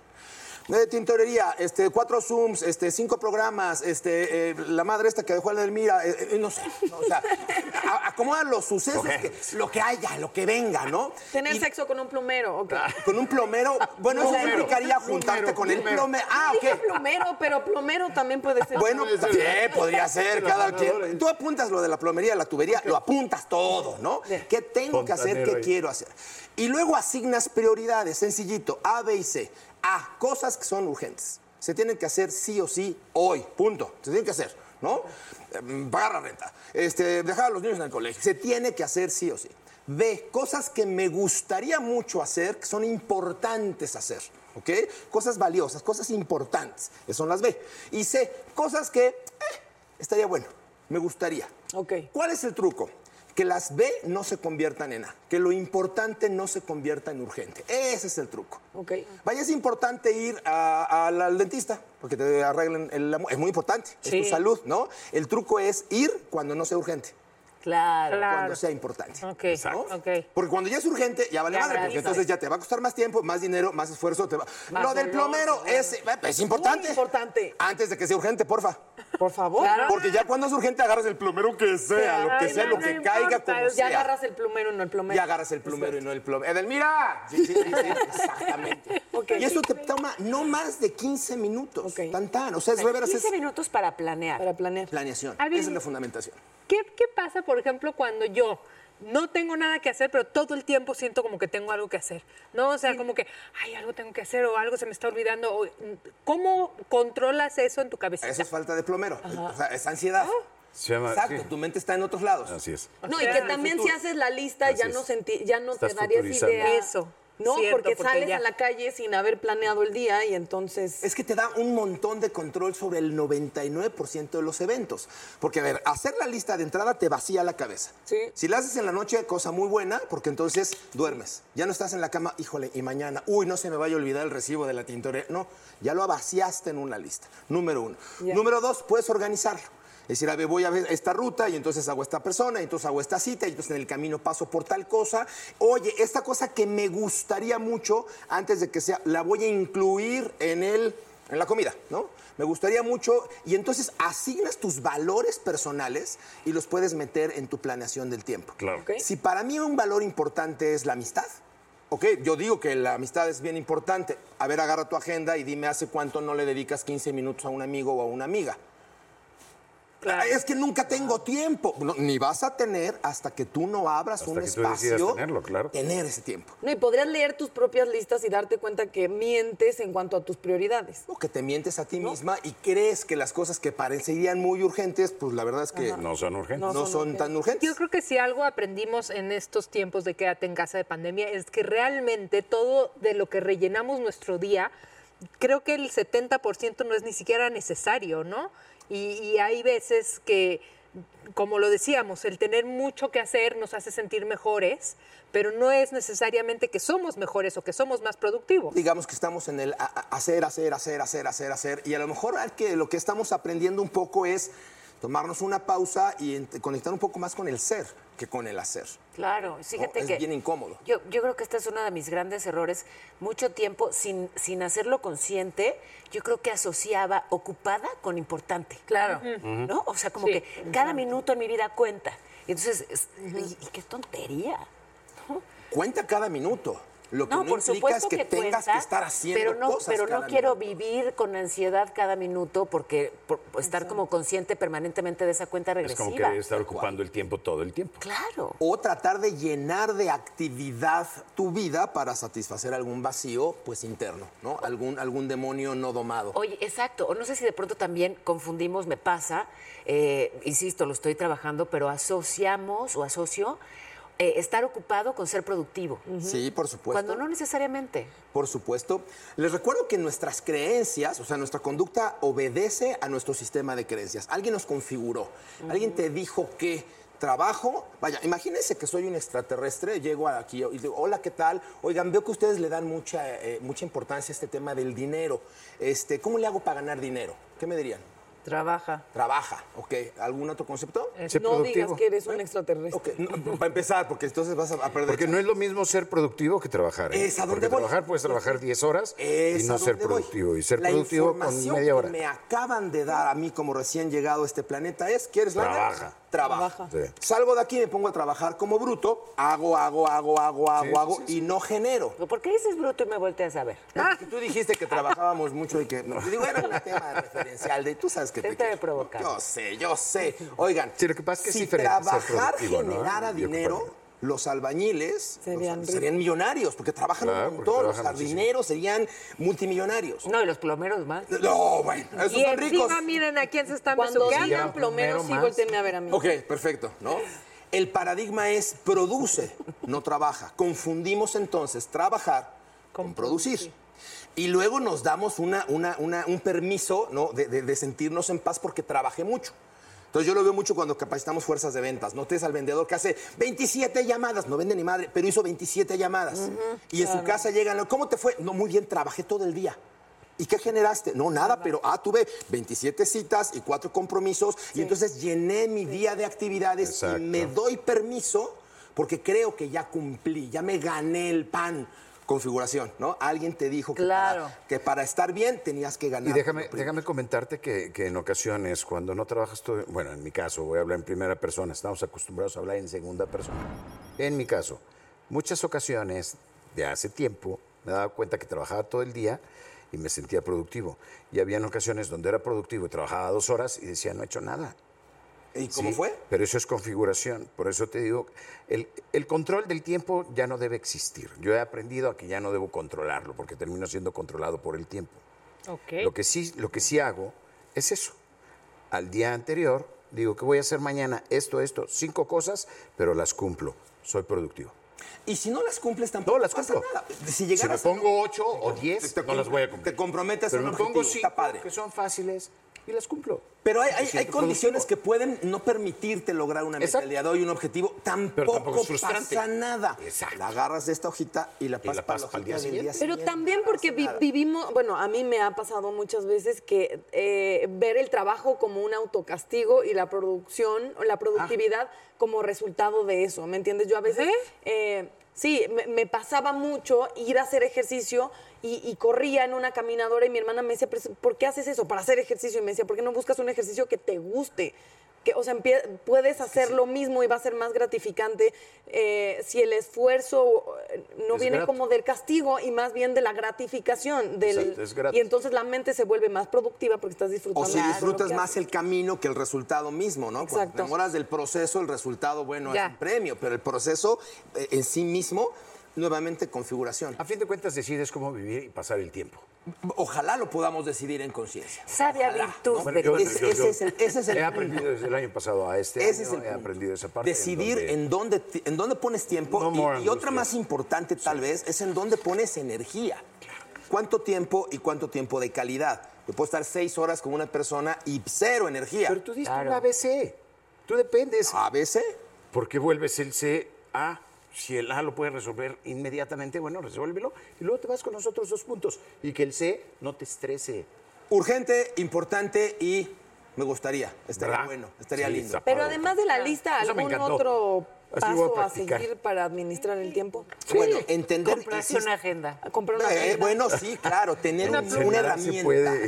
Eh, tintorería, este, cuatro Zooms, este, cinco programas, este, eh, la madre esta que dejó a Edelmira, eh, eh, no sé. no, o sea, a- acomoda los sucesos, que- lo que haya, lo que venga, ¿no?
Tener sexo con un plumero, ok.
Con un plomero, Ah, bueno, eso
Plomero,
implicaría juntarte con el plomero. Ah,
Dije
ok.
plumero, pero plomero también puede ser.
Bueno, sí, podría ser cada quien. Tú apuntas lo de la plomería, la tubería, lo apuntas todo, ¿no? ¿Qué tengo que hacer?
Fontanero
¿Qué
ahí.
quiero hacer? Y luego asignas prioridades, sencillito, A, B y C. A, cosas que son urgentes. Se tienen que hacer sí o sí hoy, punto. Se tienen que hacer, ¿no? Eh, Pagar la renta, este, dejar a los niños en el colegio. Se tiene que hacer sí o sí. B, cosas que me gustaría mucho hacer, que son importantes hacer, ¿ok? Cosas valiosas, cosas importantes, que son las B. Y C, cosas que eh, Estaría bueno, me gustaría. ¿Cuál es el truco? Que las B no se conviertan en A, que lo importante no se convierta en urgente. Ese es el truco. Vaya, es importante ir a- al al dentista, porque te arreglen el amor. Es muy importante,
Sí.
es tu salud, ¿no? El truco es ir cuando no sea urgente.
Claro.
Cuando sea importante.
Ok,
¿no? Porque cuando ya es urgente, ya vale
Ya
madre,
habrá
porque
visto.
entonces ya te va a costar más tiempo, más dinero, más esfuerzo. Te va...
Más
Lo del
dolor,
plomero es, eh, es importante. importante. Antes de que sea urgente, porfa.
Por favor.
Porque ya cuando es urgente agarras el plomero que sea, lo que
Ay,
sea,
no,
lo
no
que
importa,
caiga, como
Ya
sea.
agarras el plumero, no el plomero.
Ya agarras el plumero y no el plomero. ¡Edelmira! Sí, sí, sí, sí, exactamente. Y eso te toma no más de 15 minutos. Tan, tan. O sea, es reveras.
15
minutos para planear. Para planear. Planeación.
A ver,
Esa es la fundamentación.
¿Qué, qué pasa, por ejemplo, cuando yo no tengo nada que hacer, pero todo el tiempo siento como que tengo algo que hacer? ¿No? O sea, como que, ay, algo tengo que hacer o algo se me está olvidando. o, mm, ¿Cómo controlas eso en tu cabecita?
Eso es falta de plomero. O sea, es ansiedad.
Se llama-
Exacto,
sí.
tu mente está en otros lados.
Así es.
<laughs> No, y que también si haces la lista ya no, senti- ya no te
Estás
darías
futurizando.
idea.
Eso,
No,
cierto,
porque,
porque
sales
ya-
a la calle sin haber planeado el día y entonces...
Es que te da un montón de control sobre el 99% de los eventos. Porque, a ver, hacer la lista de entrada te vacía la cabeza. Si la haces en la noche, cosa muy buena, porque entonces duermes. Ya no estás en la cama, híjole, y mañana, uy, no se me vaya a olvidar el recibo de la tintorería. No, ya lo vaciaste en una lista. Número uno. Número dos, puedes organizarlo. Es decir, a ver, voy a ver esta ruta y entonces hago esta persona, y entonces hago esta cita, y entonces en el camino paso por tal cosa. Oye, esta cosa que me gustaría mucho antes de que sea, la voy a incluir en el, en la comida, ¿no? Me gustaría mucho. Y entonces asignas tus valores personales y los puedes meter en tu planeación del tiempo.
Claro.
Si para mí un valor importante es la amistad, ok, yo digo que la amistad es bien importante. A ver, agarra tu agenda y dime hace cuánto no le dedicas 15 minutos a un amigo o a una amiga. Ah, Es que nunca tengo tiempo. No, ni vas a tener hasta que tú no abras un
Hasta que tú
espacio.
decidas tenerlo, claro.
Tener ese tiempo.
No, y podrías leer tus propias listas y darte cuenta que mientes en cuanto a tus prioridades.
O que te mientes a ti misma y crees que las cosas que parecerían muy urgentes, pues la verdad es que.
No son urgentes.
No, son, tan urgentes.
Yo creo que si algo aprendimos en estos tiempos de quédate en casa de pandemia es que realmente todo de lo que rellenamos nuestro día, creo que el 70% no es ni siquiera necesario, ¿no? Y, y hay veces que, como lo decíamos, el tener mucho que hacer nos hace sentir mejores, pero no es necesariamente que somos mejores o que somos más productivos.
Digamos que estamos en el a- a- hacer, hacer, hacer, hacer, hacer, hacer. Y a lo mejor al que lo que estamos aprendiendo un poco es tomarnos una pausa y ent- conectar un poco más con el ser que con el hacer.
Claro,
¿no?
fíjate
es
que
bien incómodo.
Yo, yo creo que este es uno de mis grandes errores. Mucho tiempo, sin, sin hacerlo consciente, yo creo que asociaba ocupada con importante. Claro.
Ujú.
¿No? O sea, como que cada minuto en mi vida cuenta. Y Entonces, es- y, y qué tontería.
Cuenta cada minuto. Lo que no,
por
implica es
supuesto
que, tengas que
cuenta,
estar haciendo
pero no,
cosas
Pero no
cada
quiero
minuto.
vivir con ansiedad cada minuto porque por- por estar como consciente permanentemente de esa cuenta
Es como
regresiva.
querer estar ocupando el tiempo todo el tiempo.
Claro.
O tratar de llenar de actividad tu vida para satisfacer algún vacío, pues interno, ¿no? Algún, algún demonio no domado.
Oye, exacto. O no sé si de pronto también confundimos, me pasa, eh, insisto, lo estoy trabajando, pero asociamos o asocio eh, estar ocupado con ser productivo.
Sí, por supuesto.
Cuando no necesariamente.
Por supuesto. Les recuerdo que nuestras creencias, o sea, nuestra conducta obedece a nuestro sistema de creencias. Alguien nos configuró, alguien te dijo que trabajo, vaya, imagínense que soy un extraterrestre, llego aquí y digo, hola, ¿qué tal? Oigan, veo que ustedes le dan mucha, eh, mucha importancia a este tema del dinero. Este, ¿Cómo le hago para ganar dinero? ¿Qué me dirían?
Trabaja.
Trabaja, ok. ¿Algún otro concepto?
Eh, no digas que eres un extraterrestre.
Para empezar, porque entonces vas a a perder.
Porque no es lo mismo ser productivo que trabajar. ¿eh?
Es a
Porque
dónde voy.
trabajar puedes trabajar 10 horas
Es
y no
a
ser
dónde voy.
productivo. Y ser
la
productivo con
información
media hora.
que me acaban de dar a mí como recién llegado a este planeta es, ¿quieres lana?
Trabaja.
Trabaja.
Sí.
Salgo de aquí y me pongo a trabajar como bruto, hago, hago, hago, hago, hago,
sí,
hago y no genero.
¿Por qué dices bruto y me volteas a ver?
Porque tú dijiste que trabajábamos mucho y que... no, yo digo, era un tema referencial de... Tú sabes que te, quiero. Yo sé, yo sé. Oigan, lo que pasa
es que es
si
diferente ser
trabajar
productivo, ¿no?
generara
Y ocupar
dinero, los albañiles
Serían
los-
ricos.
serían millonarios, porque trabajan
Claro,
un
porque
montón, los
trabajan muchísimo.
jardineros serían multimillonarios.
No, y los plomeros más.
No, bueno, esos
Y
son ricos.
encima, miren a quién se están
Cuando
besuqueando.
digan
Cuando
plomero
plomeros, sí,
más.
voltenme a ver a mí.
Ok, perfecto, ¿no? El paradigma es produce, no trabaja. Confundimos entonces trabajar con producir. Y luego nos damos una, una- una- un permiso ¿no? de, de- de sentirnos en paz porque trabajé mucho. Entonces yo lo veo mucho cuando capacitamos fuerzas de ventas. No tienes al vendedor que hace 27 llamadas, no vende ni madre, pero hizo 27 llamadas.
Ujú,
y en su
claro.
casa llegan, ¿cómo te fue? No, muy bien, trabajé todo el día. ¿Y qué generaste? No, nada, pero ah, tuve 27 citas y cuatro compromisos y entonces llené mi día de actividades y me doy permiso porque creo que ya cumplí, ya me gané el pan. Configuración, ¿no? Alguien te dijo que, para, que para estar bien tenías que ganar.
Y déjame, eh,
lo primero.
déjame comentarte que, que en ocasiones cuando no trabajas todo, bueno, en mi caso voy a hablar en primera persona, estamos acostumbrados a hablar en segunda persona. En mi caso, muchas ocasiones de hace tiempo me daba cuenta que trabajaba todo el día y me sentía productivo. Y habían ocasiones donde era productivo y trabajaba dos horas y decía, no he hecho nada.
¿Y cómo fue?
Pero eso es configuración. Por eso te digo, el, el control del tiempo ya no debe existir. Yo he aprendido a que ya no debo controlarlo porque termino siendo controlado por el tiempo. Lo que sí, lo que sí hago es eso. Al día anterior digo que voy a hacer mañana esto, esto, cinco cosas, pero las cumplo. Soy productivo.
Y si no las cumples tampoco pasa nada. Si, llegaras
Si me
a-
pongo ocho o diez,
te- te-
no las voy a cumplir.
Te comprometes
Pero
a un
me pongo
objetivo,
cinco,
está padre.
que son fáciles y las cumplo.
Pero hay,
Me
hay- hay
siento
condiciones que pueden no permitirte lograr una meta el día de hoy, un objetivo. Tampoco,
tampoco es frustrante.
pasa nada. La agarras de esta hojita y la pasas para la hojita del
Pero
día siguiente.
también porque vi- vivimos, bueno, a mí me ha pasado muchas veces que eh, ver el trabajo como un autocastigo y la producción, o la productividad como resultado de eso, ¿me entiendes? Yo a veces, eh, sí, me, me pasaba mucho ir a hacer ejercicio y, y corría en una caminadora y mi hermana me decía, "Pero, ¿por qué haces eso? Para hacer ejercicio. Y me decía, ¿por qué no buscas un ejercicio que te guste? que, o sea, empie- puedes hacer lo mismo y va a ser más gratificante eh, si el esfuerzo eh, no
Es
viene
grato.
como del castigo y más bien de la gratificación. Del,
Exacto, es grato.
Y entonces la mente se vuelve más productiva porque estás
O
disfrutando.
si
de lo
disfrutas
que
más
haces.
el camino que el resultado mismo, ¿no? Cuando
Exacto.
te enamoras del proceso, el resultado, bueno,
Ya.
es un premio, pero el proceso eh, en sí mismo, nuevamente configuración.
A fin de cuentas decides cómo vivir y pasar el tiempo.
Ojalá lo podamos decidir en conciencia.
Sabia virtud.
Bueno, yo-
Ese-
yo- yo-
ese es el- ese es el
He aprendido
punto.
desde el año pasado a este
Ese
año,
es el
he
punto.
aprendido esa parte. en
Decidir
donde-
en dónde, ti- en dónde pones tiempo y-
more
y, otra
angustia.
más importante tal vez es en dónde pones energía. ¿Cuánto tiempo y cuánto tiempo de calidad? Yo puedo estar seis horas con una persona y cero energía.
Pero tú diste un ABC. Tú dependes.
ABC.
¿Por qué vuelves el C A? Si el A lo puedes resolver inmediatamente, bueno, resuélvelo. Y luego te vas con los otros dos puntos. Y que el C no te estrese.
Urgente, importante y me gustaría. Estaría bueno, estaría
Sí,
listo.
está
Pero además de la lista,
Eso me
¿algún
encantó.
otro
voy a
paso a,
practicar.
seguir para administrar el tiempo?
Bueno, entender.
Comprarse una
agenda.
Comprar una
Eh,
agenda.
bueno, sí, claro, tener
Una
un-
pluma.
una
Encerrarse
herramienta.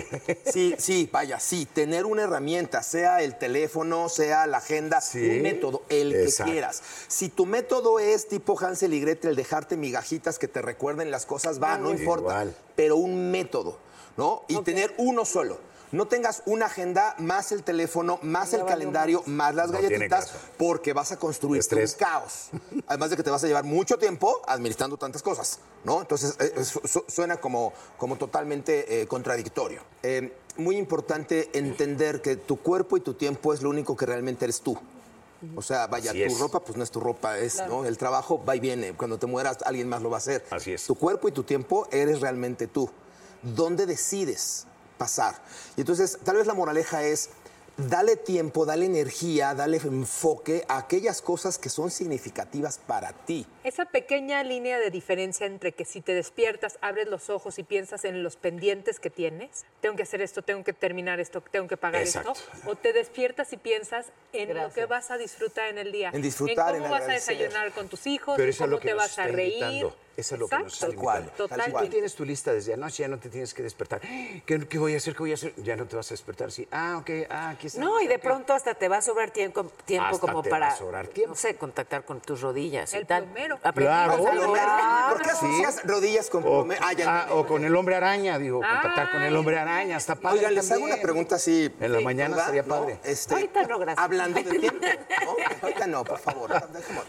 Sí, sí, vaya, sí, tener una herramienta, sea el teléfono, sea la agenda, un método, el
exacto.
que quieras. Si tu método es tipo Hansel y Gretel, el dejarte migajitas que te recuerden las cosas, va, no
Igual.
importa, pero un método, ¿no? Y tener uno solo. No tengas una agenda más el teléfono, más el calendario, más las
No tiene
galletitas,
caso.
porque vas a construir un
<laughs>
caos. Además de que te vas a llevar mucho tiempo administrando tantas cosas, ¿no? Entonces eh, su- su- suena como, como totalmente eh, contradictorio. Eh, muy importante entender que tu cuerpo y tu tiempo es lo único que realmente eres tú. O sea, vaya,
Así
tu
es.
ropa pues no es tu ropa, es,
Claro.
¿no? El trabajo va y viene. Cuando te mueras, alguien más lo va a hacer. Así es. Tu cuerpo y tu tiempo eres realmente tú. ¿Dónde decides pasar? Y entonces, tal vez la moraleja es, dale tiempo, dale energía, dale enfoque a aquellas cosas que son significativas para ti.
Esa pequeña línea de diferencia entre que si te despiertas, abres los ojos y piensas en los pendientes que tienes, tengo que hacer esto, tengo que terminar esto, tengo que pagar esto,
Exacto.
o te despiertas y piensas en lo que vas a disfrutar en el día,
En disfrutar,
cómo
en
vas
agradecer.
a desayunar con tus hijos,
Pero
en
eso es lo
cómo
que
te
nos
vas a
está
reír.
invitando. Eso es lo que nos está
Exacto.
invitando. Si tú
Totalmente.
tienes tu lista desde anoche, ya no te tienes que despertar. ¿Qué, qué voy a hacer? ¿Qué voy a hacer? Ya no te vas a despertar. Sí. Ah, ok. Ah, aquí está.
No, y de pronto hasta te va a sobrar tiempo, tiempo
Hasta
como
te
para,
va a sobrar tiempo.
no sé, contactar con tus rodillas y
El
tal.
plomero.
Aprendimos
Ah, Claro.
algo.
¿Por qué asocias rodillas con
O,
plome- Ah, ya
ah, o con el hombre araña, digo, contactar con el hombre araña, está padre.
Oigan, les hago
también.
una pregunta así.
En la mañana
¿verdad?
estaría
¿No?
padre.
Este, Hablando de tiempo, ¿no? Ahorita no, por favor. Dejemos.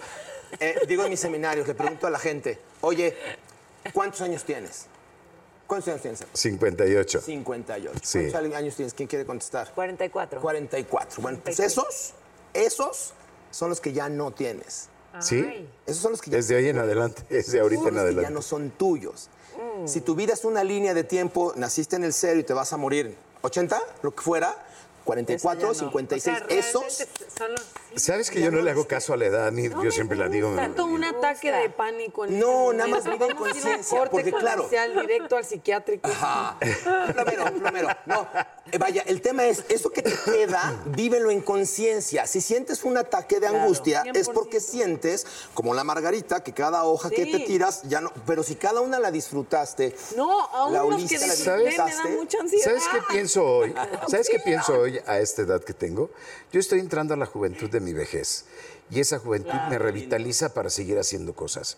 Eh, digo en mis seminarios, le pregunto a la gente, oye, ¿cuántos años tienes? ¿Cuántos años tienes?
58.
58.
Sí.
¿Cuántos años tienes? ¿Quién quiere contestar?
44.
44. Bueno, pues esos, esos son los que ya no tienes.
¿Sí?
Esos son los que ya
Desde hoy en adelante, desde ahorita
son
en
los que ya
adelante.
no son tuyos. Si tu vida es una línea de tiempo, naciste en el cero y te vas a morir 80, lo que fuera, 44, 56, esos.
¿Sabes que yo no le hago caso a la edad? Ni, yo siempre
Ah,
la digo.
Tanto un ataque de pánico. En
No,
este
nada más
momento.
viva en
Vamos a ir a <laughs> un
conciencia,
corte
porque claro.
comercial directo al psiquiátrico.
Ajá. Plomero, plomero. No, eh, vaya, el tema es, eso que te
<clears throat>
queda, vívelo en conciencia. Si sientes un ataque de
Claro.
angustia, es porque sientes, como la margarita, que cada hoja que te
Sí.
tiras, ya no... Pero si cada una la disfrutaste...
No, aún
La
los que
Ulises, la
disfruté me da
disfrutaste.
mucha ansiedad.
¿Sabes qué
<laughs>
pienso
<laughs>
hoy? ¿Sabes qué pienso hoy a esta edad que tengo? Yo estoy entrando a la juventud de mi vejez y esa juventud me revitaliza para seguir haciendo cosas.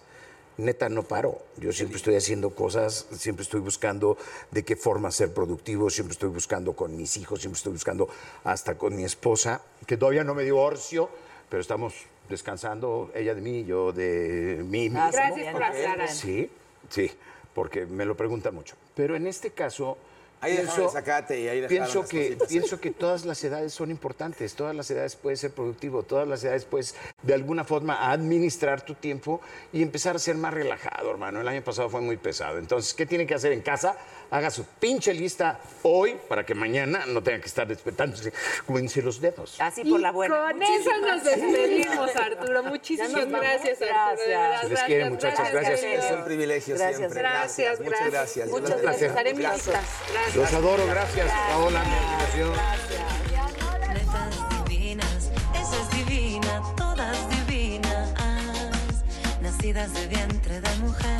Neta, no paro. Yo siempre estoy haciendo cosas, siempre estoy buscando de qué forma ser productivo, siempre estoy buscando con mis hijos, siempre estoy buscando hasta con mi esposa, que todavía no me divorcio, pero estamos descansando, ella de mí, yo de mí. mismo.
Ah, Gracias por aclarar.
Sí, sí, porque me lo preguntan mucho. Pero en este caso,
Ahí dejaron el zacate y ahí dejaron
pienso
las
que
cositas.
pienso que todas las edades son importantes, todas las edades puedes ser productivo, todas las edades puedes de alguna forma administrar tu tiempo y empezar a ser más relajado, hermano. El año pasado fue muy pesado. Entonces, ¿qué tiene que hacer en casa? Haga su pinche lista hoy para que mañana no tenga que estar despertándose, cuídense los dedos.
Ah,
Así por la buena.
Con eso nos despedimos, Arturo.
Ya nos
Muchísimas
vamos.
gracias, Arturo. de verdad,
Se les quiere, muchachos. Gracias.
querido.
Es un
privilegio
Gracias.
siempre.
Gracias,
Gracias, muchas gracias. Dios
Muchas
los
gracias.
bendiga.
Estaré en mi
Gracias.
lista. Gracias.
Los adoro, gracias. Paola, mi admiración.
Netas divinas, esa es divina, todas divinas, nacidas de vientre de mujer.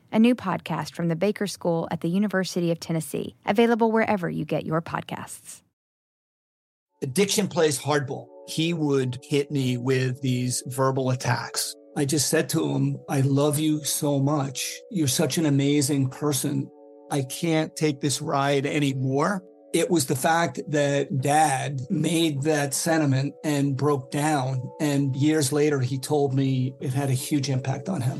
a new podcast from the Baker School at the University of Tennessee, available wherever you get your podcasts.
addiction plays hardball. He would hit me with these verbal attacks. I just said to him, I love you so much. You're such an amazing person. I can't take this ride anymore. It was the fact that dad made that sentiment and broke down. And years later, he told me it had a huge impact on him.